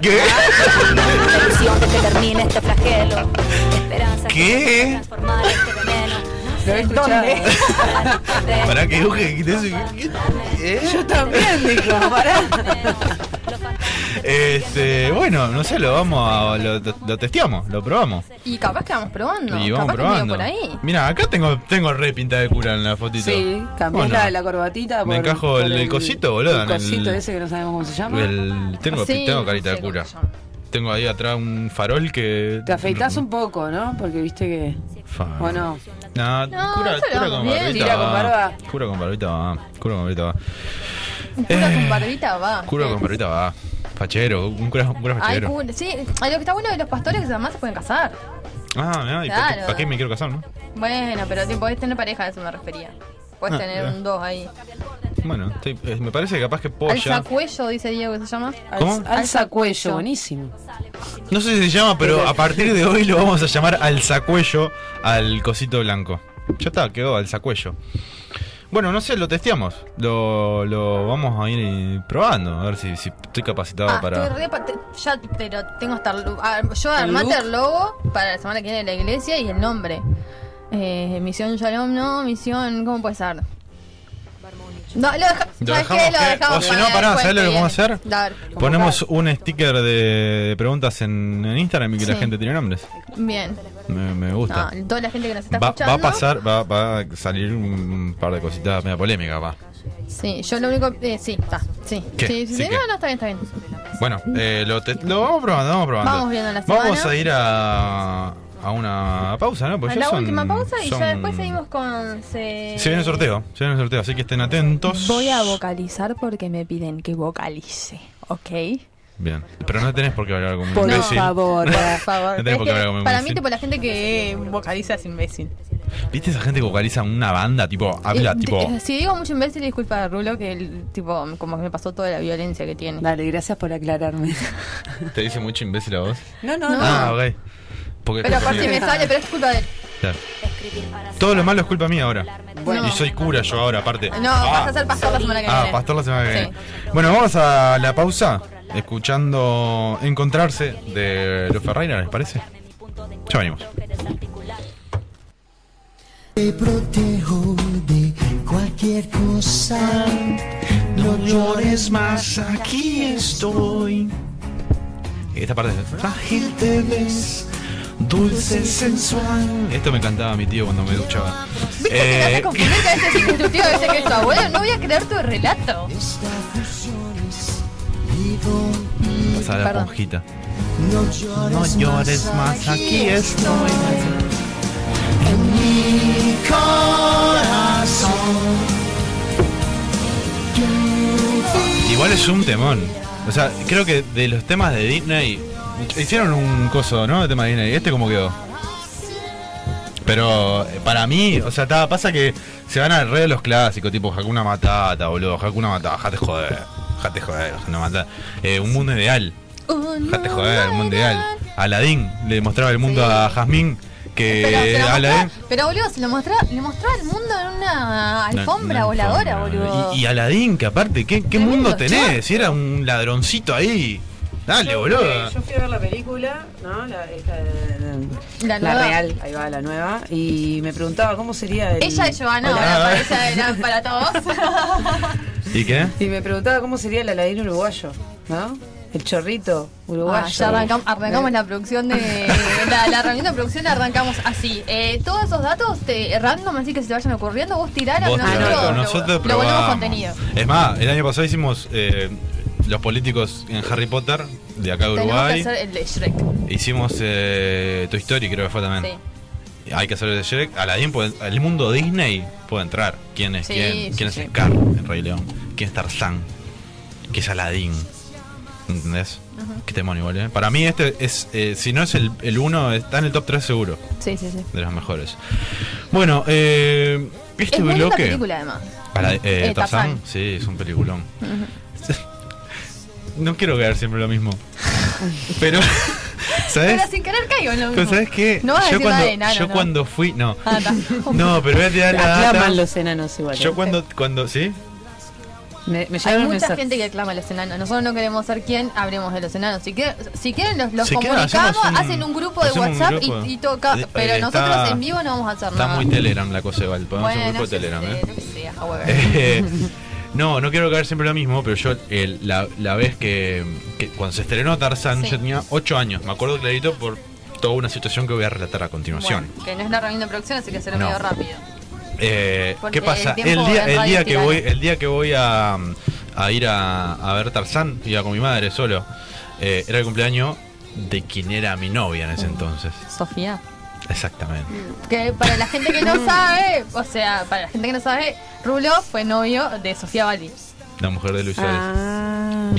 ¿Qué?
Ilusión de que termine este flagelo. Esperanza
¿Qué?
que pueda transformar este veneno.
Lo he
¿Dónde?
escuchado.
Pará, que yo que quité eso.
Yo también, digo,
<laughs>
pará.
Este, bueno, no sé, lo vamos a. Lo, lo testeamos, lo probamos.
Y capaz que vamos probando.
y vamos
capaz
probando.
que medio por ahí.
Mira, acá tengo, tengo re pinta de cura en la fotito.
Sí, cambié
Bueno,
la, la corbatita.
Me encajo el- el cosito, boludo,
El
en el-
cosito ese que no sabemos cómo se llama.
el- tengo,
Sí,
tengo
no
carita
sé
de
cómo
cura.
se llama.
Tengo ahí atrás un farol que.
Te afeitas un poco, ¿no? Porque viste que.
Fa-
¿O no?
No,
No,
cura,
eso lo
cura
vamos
con
bien.
barbita.
Tira con
va.
barba.
Cura con barbita va. Cura con barbita va.
Cura
Eh,
con barbita va.
Cura con barbita va. Fachero, un cura, un cura
Ay,
fachero.
cura- sí, ay, lo que está bueno de los pastores es que además se pueden casar.
Ah, mirá, ¿y para, qué,
Claro.
para qué me quiero casar, no?
Bueno, pero tipo, podés tener pareja, a eso me refería. Puedes
Ah,
tener
mira.
un dos ahí.
Bueno, estoy- eh, me parece que capaz que puedo ya.
Alza cuello, dice Diego, que se llama.
¿Cómo?
Alza, alza cuello, buenísimo.
No sé si se llama, pero a partir de hoy lo vamos a llamar alzacuello al cosito blanco. Ya está, quedó alzacuello. Bueno, no sé, lo testeamos. Lo, lo vamos a ir probando, a ver si, si estoy capacitado
Ah,
para.
estoy re pa- te- ya, pero tengo hasta el lu- ah, yo
¿El
armate
look?
el logo para la semana que viene de la iglesia y el nombre. Eh, misión Shalom, no, misión, ¿cómo puede ser? No, lo, deja-
¿Lo
¿sabes
dejamos
qué? Lo
que-
dejamos
o si no,
para
pará,
después
¿sabés lo que vamos a
viene.
hacer?
Dar.
Ponemos un sticker de, de preguntas en, en Instagram y que la
Sí.
gente tiene nombres.
Bien.
Me, me gusta.
No, toda la gente que nos está
Va, va
escuchando.
a pasar, va, va a salir un par de cositas media polémica, va.
Sí, yo lo único. eh, sí, está. Sí.
¿Qué?
Sí, sí,
¿Sí
sí,
qué?
No, no, está bien, está bien.
Bueno, eh, lo, te- lo vamos probando, vamos probando.
Vamos viendo la
Vamos
semana.
a ir a, a una pausa, ¿no? Porque Pues
A
ya
la
son-
última pausa y
son-
ya después seguimos con. Se,
Se viene el sorteo, se viene el sorteo, así que estén atentos.
Voy a vocalizar porque me piden que vocalice, ¿ok?
Bien, pero no tenés por qué hablar como un
Por
imbécil.
favor.
Por favor.
No tenés por qué
Es que
hablar como
para
imbécil.
mí, tipo, la gente que vocaliza es imbécil.
<laughs> ¿Viste esa gente que vocaliza una banda? Tipo, habla,
Eh,
Ah, tipo.
eh, Si digo mucho imbécil, disculpa a Rulo, que el, tipo, como que me pasó toda la violencia que tiene.
Dale, gracias por
<laughs>
aclararme.
¿Te dice mucho imbécil a vos?
No, no, no.
Ah, ok. Porque es
Pero
culpa mía.
aparte me sale, pero es culpa de él.
Claro. Todo lo malo es culpa mía ahora.
Bueno.
Y soy cura yo ahora, aparte.
No,
Ah.
vas a ser pastor la semana que
Ah,
viene.
Pastor la semana que
Sí.
viene. Bueno, vamos a la pausa escuchando Encontrarse de los Ferreira, ¿les parece? Ya venimos.
Te protejo de cualquier cosa,
No llores más, aquí estoy. Esta parte es frágil te ves, dulce sensual. Esto me cantaba mi tío cuando me duchaba.
¿Viste que te vas
Eh,
a confundir que a veces es tu tío, a veces que es tu abuelo? No voy a creer tu relato.
pasaba la
Perdón.
esponjita. No llores más, aquí estoy. Igual es un temón. O sea, creo que de los temas de Disney. Hicieron un coso, ¿no? De tema de Disney. ¿Este cómo quedó? Pero eh, para mí, o sea, ta, pasa que se van al rey de los clásicos, tipo Hakuna Matata, boludo. Hakuna Matata, jate joder. Jate joder, Hakuna Matata. Eh, un mundo ideal. Jate joder, un mundo ideal. Aladín le mostraba el mundo a Jazmín que
Pero, se lo mostraba-
Aladín.
pero, boludo, se lo mostraba, le mostraba al mundo en una
Una-
alfombra
una
voladora,
alfombra.
boludo.
Y, y Aladín, que aparte, ¿qué, qué
Tremendo
mundo tenés?
chorro.
Si era un ladroncito ahí. Dale, boludo.
Yo fui a ver la película, ¿no? La, esta de-
La
la
nueva.
real, ahí va la nueva, y me preguntaba cómo sería el...
Ella es Joana,
Hola.
ahora parece era para todos.
¿Y qué?
Y me preguntaba cómo sería el aladín uruguayo, ¿no? El chorrito uruguayo.
Ah, ya arrancam- arrancamos la producción de. La, la reunión de producción la arrancamos así. Eh, todos esos datos te, random, así que se te vayan ocurriendo, vos tirar a
Vos
nosotros.
tirá,
lo-
nosotros
lo volvemos
probamos.
contenido.
Es más, el año pasado hicimos eh, los políticos en Harry Potter, de acá de
Tenemos que
Uruguay.
hacer el de Shrek.
Hicimos eh, Toy Story, creo que fue
Sí.
también. Hay que hacer el de Shrek. Aladdin puede- el mundo Disney puede entrar. ¿Quién es?
Sí,
¿Quién,
sí,
quién
sí.
es Scar en Rey León? ¿Quién es Tarzán? ¿Quién es Aladdin? ¿Entendés? Qué temón igual, ¿eh? Para mí este es, eh, si no es el, el uno, está en el top 3 seguro,
Sí, sí, sí.
de los mejores. Bueno, eh, este
Es muy linda
bloque...
película, además.
Para, eh,
Eh,
Tarzán,
Tarzán.
sí, es un peliculón. <laughs> no quiero quedar siempre lo mismo. Pero, <laughs> ¿sabes?
Pero sin querer caigo en lo mismo.
Pero ¿sabes qué?
No vas a
yo
decir
cuando,
nada de enano,
yo
¿no?
cuando fui, no. <laughs>
Ah, está.
No, pero voy a tirar la data.
Aclaman los enanos igual.
eh.
Yo cuando cuando sí,
Me, me
Hay
llegaron
mucha
mensajes.
gente que aclama a los enanos. Nosotros no queremos ser quien hablemos de los enanos. Si, quieren- si quieren, los, los
Si quieren,
comunicamos,
hacemos un-
hacen un grupo de
hacemos un
WhatsApp
grupo.
y, y toca.
Eh,
Pero
eh,
nosotros
está-
en vivo no vamos a hacer
está
nada.
muy Telegram la cosa igual. Podemos hacer un
Bueno,
grupo de
yo
Telegram,
qué sé, <laughs>
¿eh?
yo qué sé, a huevo.
Eh, no, no quiero caer siempre lo mismo, pero yo el- la, la vez que, que cuando se estrenó Tarzán,
Sí.
yo tenía 8 años. Me acuerdo clarito por toda una situación que voy a relatar a continuación.
Bueno, que no es la reunión de producción, así que será
No.
medio rápido.
Eh,
Porque
¿Qué pasa?
el tiempo
El día,
en
el
radio
día
es
que
tirano.
voy, el día que voy a, a ir a, a ver Tarzán, iba con mi madre solo. Eh, era el cumpleaños de quien era mi novia en ese entonces.
Mm. Sofía.
Exactamente.
Que para la gente
<laughs>
que no sabe, o sea, para la gente que no sabe, Rulo fue novio de Sofía Bali.
La mujer de Luis Suárez.
Ah,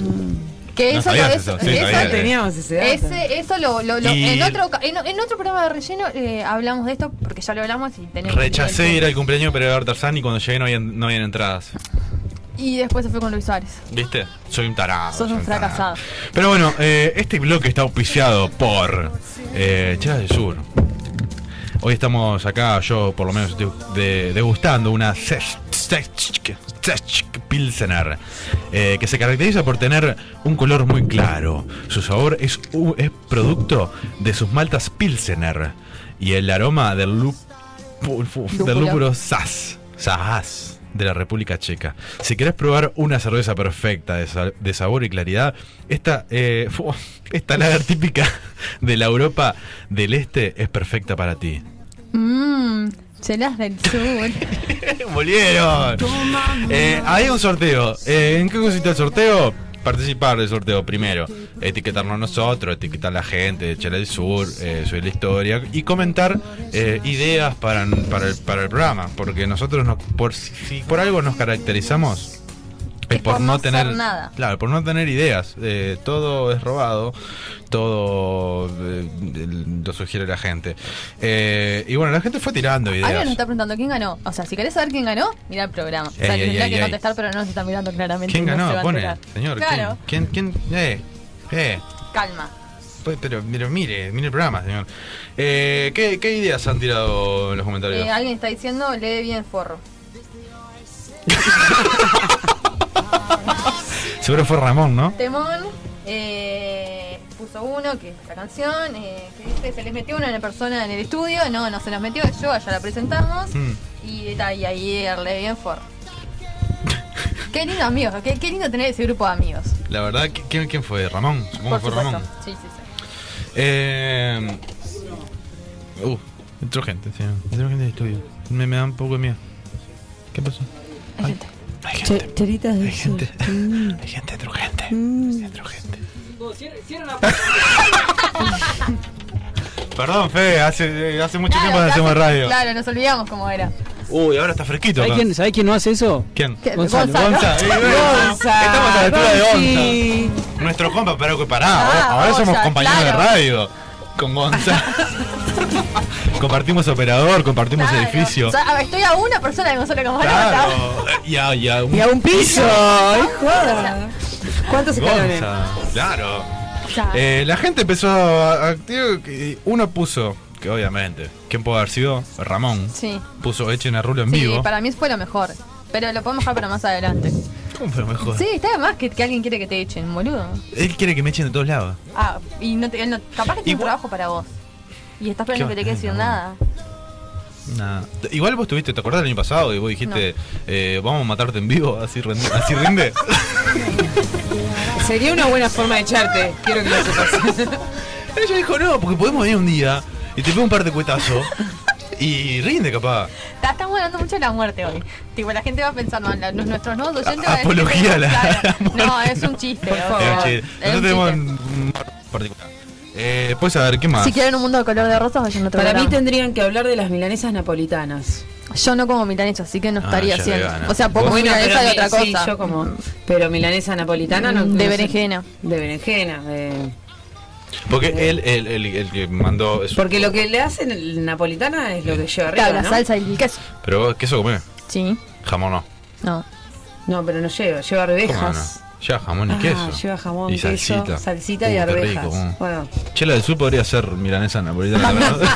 Que
No
eso
sabías
lo
eso,
eso-
sí,
eso-
sabía.
teníamos ese dato.
Ese, eso lo, lo- lo-
Y-
en, otro, ca- en, en otro programa de relleno eh, hablamos de esto porque ya lo hablamos y tenemos
Rechacé ir al cumpleaños para ir a ver Tarzán y cuando llegué no habían, no habían entradas.
y después se fue con Luis Suárez.
¿Viste? Soy un tarado.
Sos
soy
un
tarado.
fracasado.
Pero bueno, eh, este bloque está auspiciado por eh, Chelas del Sur. Hoy estamos acá, yo por lo menos estoy de- degustando una Sech- Sech- Sech Pilsener, eh, que se caracteriza por tener un color muy claro. Su sabor es, u- es producto de sus maltas Pilsener y el aroma del, lu- pu- fu- del
Lúpulo.
lúpulo Saz. Saz de la República Checa. Si querés probar una cerveza perfecta de, sa- de sabor y claridad, esta, eh, <laughs> fu- esta lager típica de la Europa del Este es perfecta para ti.
Mmm, chelas
<laughs>
del sur.
¡Volvieron! Eh, hay un sorteo. Eh, ¿En qué consiste el sorteo? Participar del sorteo primero, etiquetarnos a nosotros, etiquetar a la gente de Chela del Sur, eh, subir la historia y comentar eh, ideas para, para, el, para el programa, porque nosotros nos- por, si por algo nos caracterizamos es por, no,
hacer
tener
nada.
Claro, por no tener ideas. Eh, todo es robado, todo eh, lo sugiere la gente. Eh, y bueno, la gente fue tirando ideas.
Alguien nos está preguntando quién ganó. O sea, si querés saber quién ganó, mira el programa. O sea,
Ey, ey,
tendría
ey,
que
ey.
contestar, pero no nos está mirando claramente.
¿Quién
no se
ganó?
va a
Pone,
enterar.
señor.
Claro,
¿Quién? ¿Quién? quién? Eh, eh.
calma.
Pues, Pero, pero mire, mire el programa, señor. Eh, ¿qué, qué ideas han tirado en los comentarios?
Eh, alguien está diciendo, lee bien forro.
Seguro fue Ramón, ¿no?
Temón, eh, puso uno, que es la canción, eh, que dice, se les metió una persona en el estudio, no, no se nos metió,
Hmm.
yo, ya la presentamos,
Mm.
y, ta, y ahí le bien for. <laughs> Qué lindo amigos, qué, qué lindo tener ese grupo de amigos.
La verdad, ¿qui- ¿quién, quién fue? Ramón. Supongo
Por
que fue
supuesto.
Ramón.
Sí, sí, sí.
Eh, uh, entró gente, sí. Entró gente del estudio. Me, me da un poco de miedo. ¿Qué pasó?
Hay gente.
Hay gente.
Ch- choritas de
Hay gente.
sur.
Hay gente, entró gente.
Mm.
Entró gente.
Cierra la puerta.
Perdón, Fede, hace, hace mucho tiempo
Claro,
que
claro,
hacemos radio.
Claro, nos olvidamos cómo era.
Uy, ahora está fresquito.
¿Sabés
acá.
quién, ¿sabés quién no hace eso?
¿Quién?
¿Qué?
Gonzalo.
Gonza, eh, bueno, Estamos a la altura de Gonza. Nuestro compa, pero que pará. ahora-
Ah,
ahora somos
Gonza,
compañeros de
claro.
radio. Con
<laughs>
Gonza. compartimos operador, compartimos
Claro.
edificio.
O sea, a ver, estoy a una persona de Gonzalo Camargo.
Claro. Ya, ya.
Y a un piso. Ay, joda. ¿Cuántos escalones?
Gonza. Claro.
Ya.
Eh, la gente empezó a. a- digo que uno puso, que obviamente, ¿quién puede haber sido? Ramón.
Sí.
Puso Echen a Rulo en
Sí,
vivo.
para mí fue lo mejor. Pero lo podemos dejar para más adelante.
¿Cómo fue mejor?
Sí, está de más que, que alguien quiere que te echen, boludo.
Él quiere que me echen de todos lados.
Ah, y no te, él no- capaz que tiene un
Igual-
trabajo para vos. Y estás esperando
Qué
que te quedes sin
bacana,
nada.
Nah. Igual vos tuviste, ¿te acordás del año pasado? Y vos dijiste, eh, vamos a matarte en vivo, así, rinde- así
<laughs>
rinde.
Sería una buena forma de echarte. Quiero que lo sepas.
Ella dijo, no, porque podemos venir un día y te pego un par de
<laughs>
cuetazos y rinde capaz.
Ta- Estamos hablando mucho de la muerte hoy. Tipo, la gente va a pensar, no, la- nuestros nuevos docentes van a decir,
apología a la-
claro.
a
<laughs>
la muerte,
No, es un chiste.
Por
o sea,
favor.
Es un
Ah,
chiste.
es
Eh, Nosotros
un
tenemos
chiste.
un mar particular. Eh, pues a ver, ¿qué más?
Si quieren un mundo de color de rosas, vayan a otro
<laughs> Para mí
programa.
tendrían que hablar de las milanesas napolitanas.
Yo no como milanesa, así que no
Ah,
estaría
ya
haciendo.
vegana.
O sea, poco
Bueno,
milanesa de
mi-
otra
Sí,
cosa.
yo como. Pero milanesa napolitana no.
Mm,
no
de
sé.
berenjena.
De berenjena. de-
Porque él, él- él- el que mandó eso.
Porque lo que le hacen el napolitana es lo que lleva arriba.
Claro, la
¿no?
salsa y el queso.
Pero vos, queso comés,
Sí.
jamón no.
No.
No, pero no lleva. Lleva
¿Cómo no?
arvejas.
Lleva jamón y
Ah,
queso.
lleva jamón,
y
queso,
salsita.
salsita
Uh,
y
qué
arvejas.
rico, uh.
Bueno.
Chela del Sur podría ser milanesa napolitana.
<laughs>
¿verdad?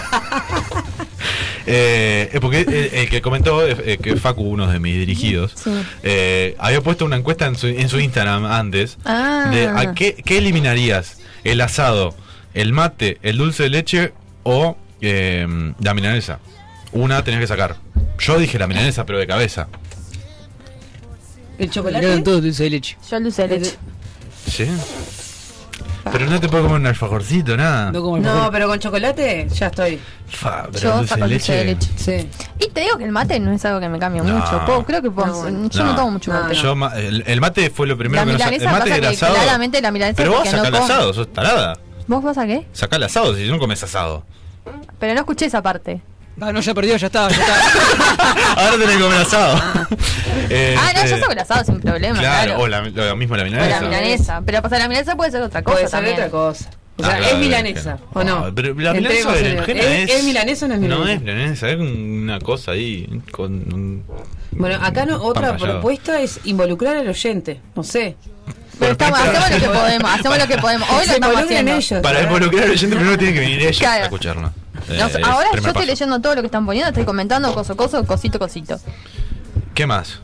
Eh, eh, porque eh, el que comentó eh, eh, que Facu, uno de mis dirigidos,
Sí.
eh, había puesto una encuesta en su, en su Instagram antes
Ah.
de a qué, qué eliminarías, el asado, el mate, el dulce de leche o eh, la milanesa. Una tenías que sacar. Yo dije la milanesa, pero de cabeza.
El chocolate.
Tiraron todo dulce de leche.
Yo el dulce de leche.
¿Sí? Pero no te puedo comer un alfajorcito, nada.
No como el
No,
mejor.
pero con chocolate ya estoy.
Fa, pero
Yo
el
saco el dulce de leche.
Sí.
Y te digo que el mate no es algo que me cambia
No.
mucho. Puedo- creo que puedo-
No,
yo Ah, no,
no.
tomo mucho
No,
mate.
no.
Yo ma- el, el mate fue lo primero
La
que no sa-
milanesa
El mate
pasa
y el
que
asado.
claramente la milanesa
Pero vos
porque no
sacá el
como.
asado, sos tarada.
¿Vos vas a qué?
Sacá el asado si no comes asado.
Pero no escuché esa parte.
Ah, no, ya perdió, ya está, ya <laughs> está.
Ahora tenés que comer
<laughs>
asado. Eh,
ah, no, yo
este,
saco el asado sin problema.
Claro,
Claro,
o la, lo mismo la
O
milanesa. Ah,
la milanesa. Pero pasa, la milanesa puede ser otra cosa
Puede ser
también.
otra cosa. O sea,
Ah, claro,
es milanesa,
claro.
¿o no?
Ah, pero la
Entremos
milanesa de
en-
berenjena
¿Es, ¿Es milanesa o no es milanesa?
No es milanesa, es una cosa ahí con un-
Bueno, acá no-
un
otra
pan rallado.
propuesta es involucrar al oyente. No sé.
Pero estamos,
Pero- <laughs>
hacemos lo que podemos, hacemos lo que podemos. Hoy lo
Se
estamos
involucran
haciendo.
ellos.
Para
¿verdad?
involucrar al oyente primero tiene que venir ellos
Claro.
a escucharnos. Eh,
Nos-
es el
ahora yo
primer
estoy
paso.
leyendo todo lo que están poniendo, estoy comentando coso, coso, cosito, cosito.
¿Qué más?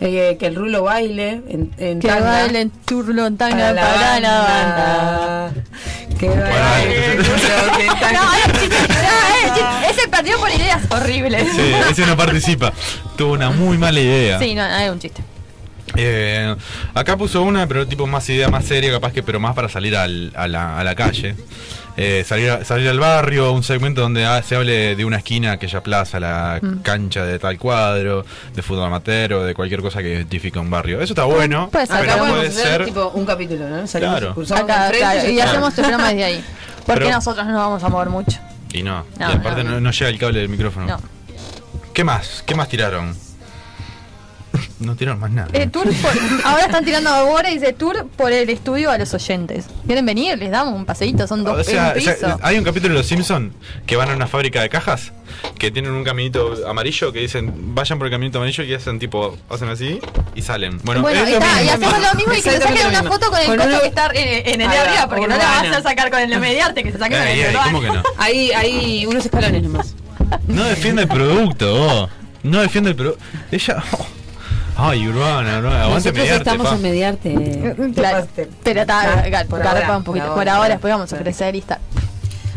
Eh, que el rulo baile en, en
Que
tanga.
bailen turlo, tanga,
Para la
para la banda.
Que baile el rulo
<laughs>
que
No,
está-
es
<laughs>
chiste, no, es chiste. Ese perdió por ideas horribles.
Sí, ese no participa. Tuvo una muy mala idea.
Sí, no, no, es un chiste.
Eh, acá puso una, pero tipo más idea más seria, capaz que, pero más para salir al- a, la, a la calle. Eh, salir, a- salir al barrio, un segmento donde ah, se hable de una esquina, aquella plaza, la
Mm.
cancha de tal cuadro, de fútbol amateur o de cualquier cosa que identifica un barrio. Eso está bueno,
Puede ser,
Acá
pero
bueno,
podemos
puede
hacer
ser.
tipo un capítulo, ¿no? Salimos,
Claro.
cruzamos
Acá,
enfrente
claro, y
ya está.
hacemos tu programa desde ahí. Porque
Pero-
nosotros no vamos a mover mucho.
Y no,
No,
y aparte
no,
no,
no.
no llega el cable del micrófono.
No.
¿Qué más? ¿Qué más tiraron? no tiraron más nada.
Eh, tour por- ahora están tirando a Bora y dice tour por el estudio a los oyentes. ¿Quieren venir? Les damos un paseíto, son dos
O sea,
un piso.
ya- ah, hay un capítulo de Los Simpson que van a una fábrica de cajas que tienen un caminito amarillo que dicen vayan por el caminito amarillo y hacen tipo hacen así y salen. Bueno,
bueno,
es
ahí
lo
está, y
mismo.
hacemos lo mismo y que se
Exactamente
saquen
lo
una
mismo.
foto con el
Con
coso
una-
que está en, en el de
Ah,
arriba, porque no la
urbana.
vas a sacar con el de mediarte, que se saquen
Ey,
con
ey,
el
¿cómo que no?
Ahí, ahí, unos escalones nomás.
No defiende el producto, vos. No defiende el producto. Ella oh. Ay, Urbana, Urbana, aguante
Nosotros
mediarte,
estamos
pa.
en
<laughs>
mediarte.
Claro,
Tapaste.
pero está,
Ah,
gar-
por
garpa
ahora,
un poquito.
por
Por ahora,
ahora,
después vamos a
claro.
crecer y está.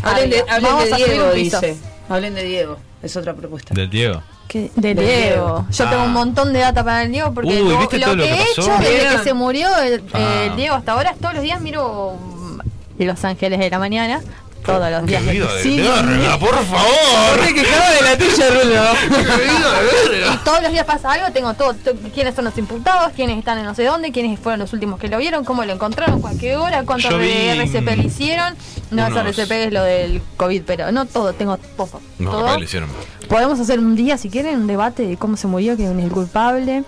Hablen de,
Arriba.
hablen
Vamos
de
a subir
Diego,
un piso.
dice. Hablen de Diego. Es otra propuesta.
Del Diego.
¿Qué? De Diego. Yo
Ah.
tengo un montón de data para el Diego porque
Uy,
lo,
¿viste
lo
todo
que
lo que
he
pasó?
hecho desde que
Bien.
se murió el,
Ah.
el Diego hasta ahora, todos los días miro mm, Los Ángeles de la Mañana. Todos los
¡Qué
días.
vida de
Sí,
verga, por favor!
Te quejaba de la tuya, Rulo.
¡Qué vida de verga!
Y todos los días pasa algo, tengo todo, to- quiénes son los imputados, quiénes están en no sé dónde, quiénes fueron los últimos que lo vieron, cómo lo encontraron, a qué hora, cuántos
Yo vi,
de RCP le hicieron. No,
unos-
es RCP es lo del COVID, pero no todo, tengo todo.
No,
todo.
capaz que lo hicieron.
Podemos hacer un día, si quieren, un debate de cómo se murió, quién es el culpable.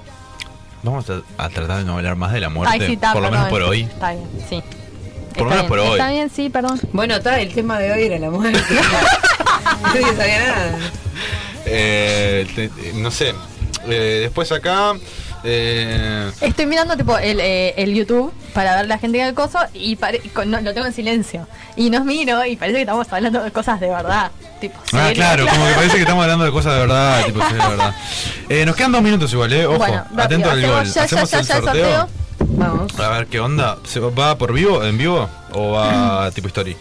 Vamos a, a tratar de no hablar más de la muerte,
Ay, sí, está,
por lo menos
perdón.
por hoy.
Está bien, sí.
Por lo menos por hoy.
Está bien, sí, perdón.
Bueno, está, el tema de hoy era
<laughs>
la muerte. Nadie sabía nada.
Eh, te- te- no sé. Eh, después acá. eh,
Estoy mirando tipo el, eh, el YouTube para ver la gente en el coso y pare- con- no, lo tengo en silencio. Y nos miro y parece que estamos hablando de cosas de verdad. Tipo,
Ah,
serio,
claro,
<laughs>
como que parece que estamos hablando de cosas de verdad, tipo, sí, de verdad. Eh, nos quedan dos minutos igual, eh. Ojo,
Bueno, rápido,
atento al
hacemos
gol.
ya, ya,
Hacemos
ya,
el
ya el
sorteo.
sorteo.
Vamos.
A ver qué onda. ¿Se ¿Va por vivo, en vivo? ¿O
<clears throat>
va tipo story?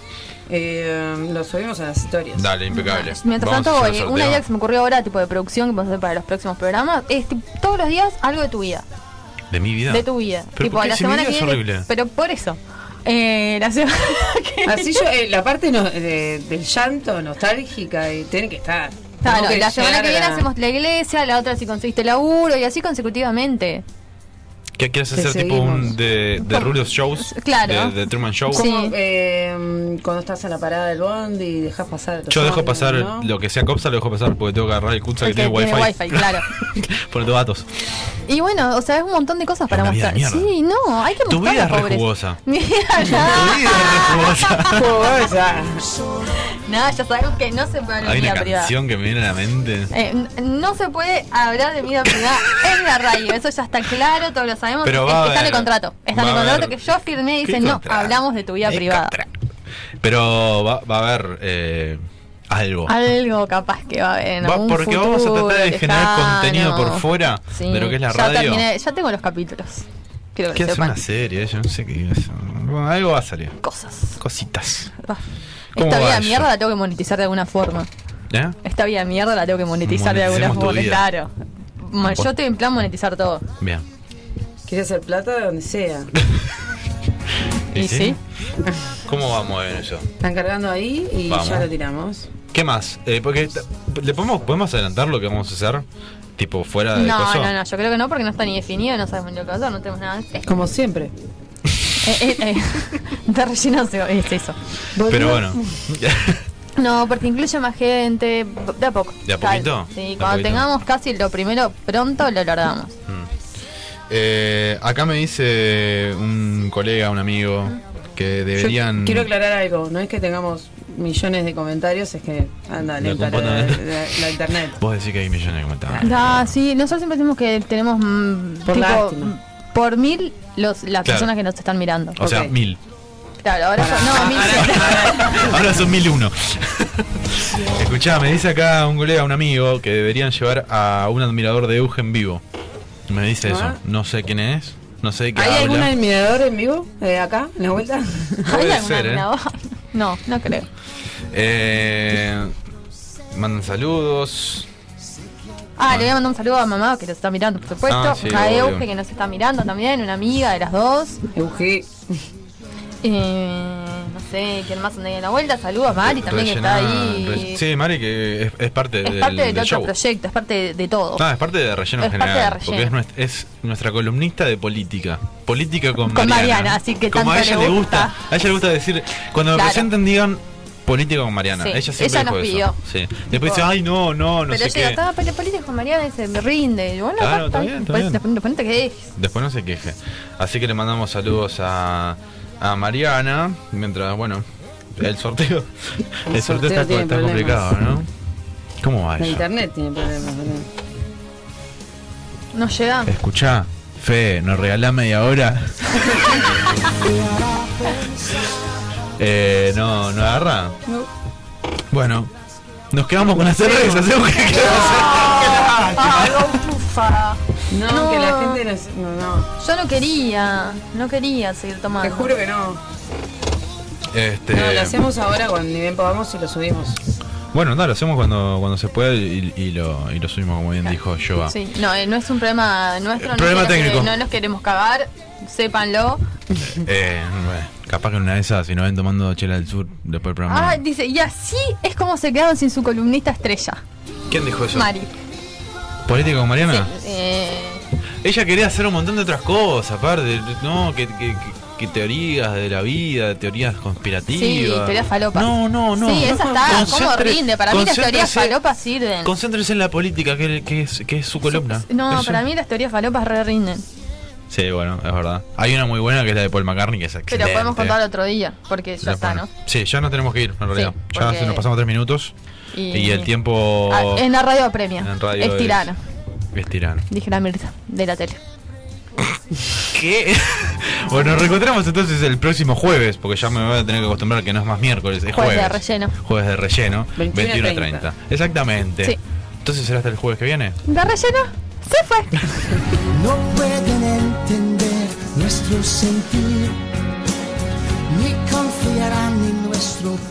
Eh, lo subimos a las historias.
Dale, impecable.
Mientras
Vamos a
tanto,
hacer el
eh,
sorteo.
una idea que se me ocurrió ahora, tipo de producción que vamos a hacer para los próximos programas, es tipo, todos los días algo de tu vida.
De mi vida.
De tu vida.
Pero
tipo,
¿por qué?
la
Si mi
semana
vida
que
es
viene.
horrible.
Pero por eso. Eh, la semana <laughs> que
Así yo, eh, la parte no- de- del llanto nostálgica y tiene que estar.
Claro,
Tengo que
la semana que
llegar
viene
a-
hacemos la iglesia, la otra si conseguiste laburo y así consecutivamente.
¿Qué quieres
Te
hacer tipo un
seguimos.
de, de
Por-
Rulos Shows? De,
Claro.
de Truman Show.
Sí.
Como, eh, cuando estás en la parada del bondi y dejas pasar. a los
Yo dejo
ómnibus,
pasar
¿no?
lo que sea Copsa, lo dejo pasar porque tengo que agarrar el Cutsa que
El que
tiene wifi.
tiene
<laughs>
wifi, claro.
Pone todos
<laughs>
datos.
Y bueno, o sea, es un montón de cosas para
una vida
mostrar.
de mierda.
Sí, no, hay que
Tu vida
mostrar la
es re
pobreza.
jugosa.
<laughs> Mira,
Tu vida
ya.
es re jugosa.
Pues
Jugosa.
No, ya sabemos que no se puede hablar
Hay
de
una
vida privada.
canción que me viene a la mente.
Eh, n- no se puede hablar de vida privada en la radio, eso ya está claro, todos lo sabemos.
Pero
Es-
va a
está en el
haber-
contrato, está en
va
el
a
contrato
haber-
que yo firmé y
¿Qué
dicen no,
contrato?
hablamos de tu vida
¿Qué
privada.
contrato? Pero va, va a haber eh, algo.
Algo capaz que va a haber en
Va-
algún
porque vamos a
futuro
tratar de generar
lejano.
contenido por fuera
Sí,
de lo que es la
ya
radio.
terminé, ya tengo los capítulos. Quiero que
¿Qué hace
sepan
una serie? Yo no sé qué es. Bueno, algo va a salir.
cosas.
Cositas.
Ah.
¿Cómo
Esta
va
vida
eso?
mierda la tengo que monetizar de alguna forma.
¿Eh?
Esta vida mierda la tengo que monetizar de alguna
Moneticemos tu
forma.
vida.
Claro. Mo-
Bueno.
Yo estoy en plan monetizar todo.
Bien.
Quiere hacer plata de donde sea.
¿Y sí?
¿Cómo vamos en eso?
Están cargando ahí y
Vamos.
ya lo tiramos.
¿Qué más? Eh, porque t- ¿le podemos, podemos adelantar lo que vamos a hacer? Tipo, fuera Ah, de
No,
coso?
no, no, yo creo que no porque no está ni definido, no sabemos lo que va a hacer, no tenemos nada. Eh,
Como siempre.
eh, eh, <laughs> de relleno se- es eso.
Pero bueno. <laughs>
No, porque incluye más gente, de a poco.
¿De a poquito?
Sí,
De a
cuando
poquito.
tengamos casi lo primero pronto lo logramos.
Eh, acá me dice un colega, un amigo, que
Yo
deberían...
quiero aclarar algo. No es que tengamos millones de comentarios, es que anda
La
lenta la,
computadora.
la- la internet.
Vos decís que hay millones de comentarios.
Ah, sí, nosotros siempre decimos que tenemos mm,
Por lástima.
mm, por mil los, las personas que nos están mirando.
O sea,
ok.
mil.
Claro, ahora yo, no, mil.
Ahora son mil uno. <laughs> Escuchá, me dice acá un colega, un amigo, que deberían llevar a un admirador de Eugen vivo. Me dice eso.
Ah.
No sé quién es, no sé de qué
¿Hay algún
habla.
admirador en vivo? Eh, acá, en la
<laughs>
vuelta. <laughs>
¿Hay
Puede
alguna
ser, ¿eh?
mirada? No, no creo.
Eh, mandan saludos.
Ah, le voy a mandar un saludo a mamá que nos está mirando, por supuesto.
Ah, sí,
a
obvio.
Euge que nos está mirando también, una amiga de las dos.
Euge.
Eh, no sé, quién más anda ahí en la vuelta. Saludos a Mari también que está
Rellená-
ahí.
re- sí, Mari, que es, es parte
es
del,
parte del,
del
otro
show.
proyecto, es parte de todo.
Ah, es parte de relleno en
Es parte
general.
de
Porque es
relleno.
nuestra, es nuestra columnista de política. Política con,
Con Mariana, así que
Como a
tanto
ella
le
le gusta.
gusta.
A ella le gusta decir, cuando me
Claro.
presenten, digan política con Mariana.
Sí,
Ella siempre
ella
dijo
nos
eso. Sí. Después dice, ay, no, no, no
Pero
sé
llega,
qué.
estaba pelea política con Mariana y se me rinde. Y Bueno,
Claro,
acá
está bien, está bien.
Lo ponente que es.
Después no se queje. Así que le mandamos saludos a, a Mariana. Mientras, bueno, el sorteo. El,
El
sorteo,
sorteo
está,
tiene
está
problemas.
complicado, ¿no? ¿Cómo va
La
eso?
internet tiene problemas. ¿no?
No llega.
Escuchá, Fe, nos regalás media hora.
<laughs>
eh, no, no agarra.
No.
Bueno, nos quedamos con las cervezas. ¿eh? ¿Qué queremos hacer?
<laughs> Ah, no, ufa.
No,
No.
que la gente nos- no. no.
Yo no quería, no quería seguir tomando.
Te juro que no.
Este,
No, lo hacemos ahora cuando ni bien podamos y lo subimos.
Bueno, no, lo hacemos cuando, cuando se pueda y, y lo, y lo subimos, como bien dijo Joa.
Sí, no, eh, no es un problema nuestro.
Eh, problema
no queremos-
técnico.
no nos queremos cagar, sépanlo.
Eh, bueno, capaz que en una de esas, si nos ven tomando chela del sur, después del programa.
Ah, dice, y así es como se quedaron sin su columnista estrella,
¿Quién dijo eso?
Mari.
¿Política con Mariana?
Eh,
Ella quería hacer un montón de otras cosas, aparte, ¿no? Que, que- que- que teorías de la vida, teorías conspirativas.
sí, teoría falopa.
No, Oh, no, no.
Sí, esa está, ¿cómo
Concentre-
rinde? Para mí las teorías
concéntrese-
falopas sirven.
Concéntrese en la política, que, que es, que es su columna.
No,
Eso.
para mí las teorías falopas re rinden.
Sí, bueno, es verdad. Hay una muy buena que es la de Paul McCartney, que es
Pero
excelente.
podemos contar otro día, porque ya
La
está,
pone-
¿no?
Sí, ya nos tenemos que ir, en realidad. ya
porque-
se nos pasamos tres minutos y, el tiempo
Ah, en la radio apremia.
En radio
es
es-
tirano,
es tirano.
dije la Mirta, de la tele.
¿Qué? <laughs> bueno, nos reencontramos entonces el próximo jueves, porque ya me voy a tener que acostumbrar que no es más miércoles, es
Jueves
jueves.
de relleno.
Jueves de relleno,
21 a
21.30.
30.
Exactamente.
Sí.
Entonces será hasta el jueves que viene.
¿De relleno? Se fue.
No pueden entender nuestro sentir, ni confiarán en nuestro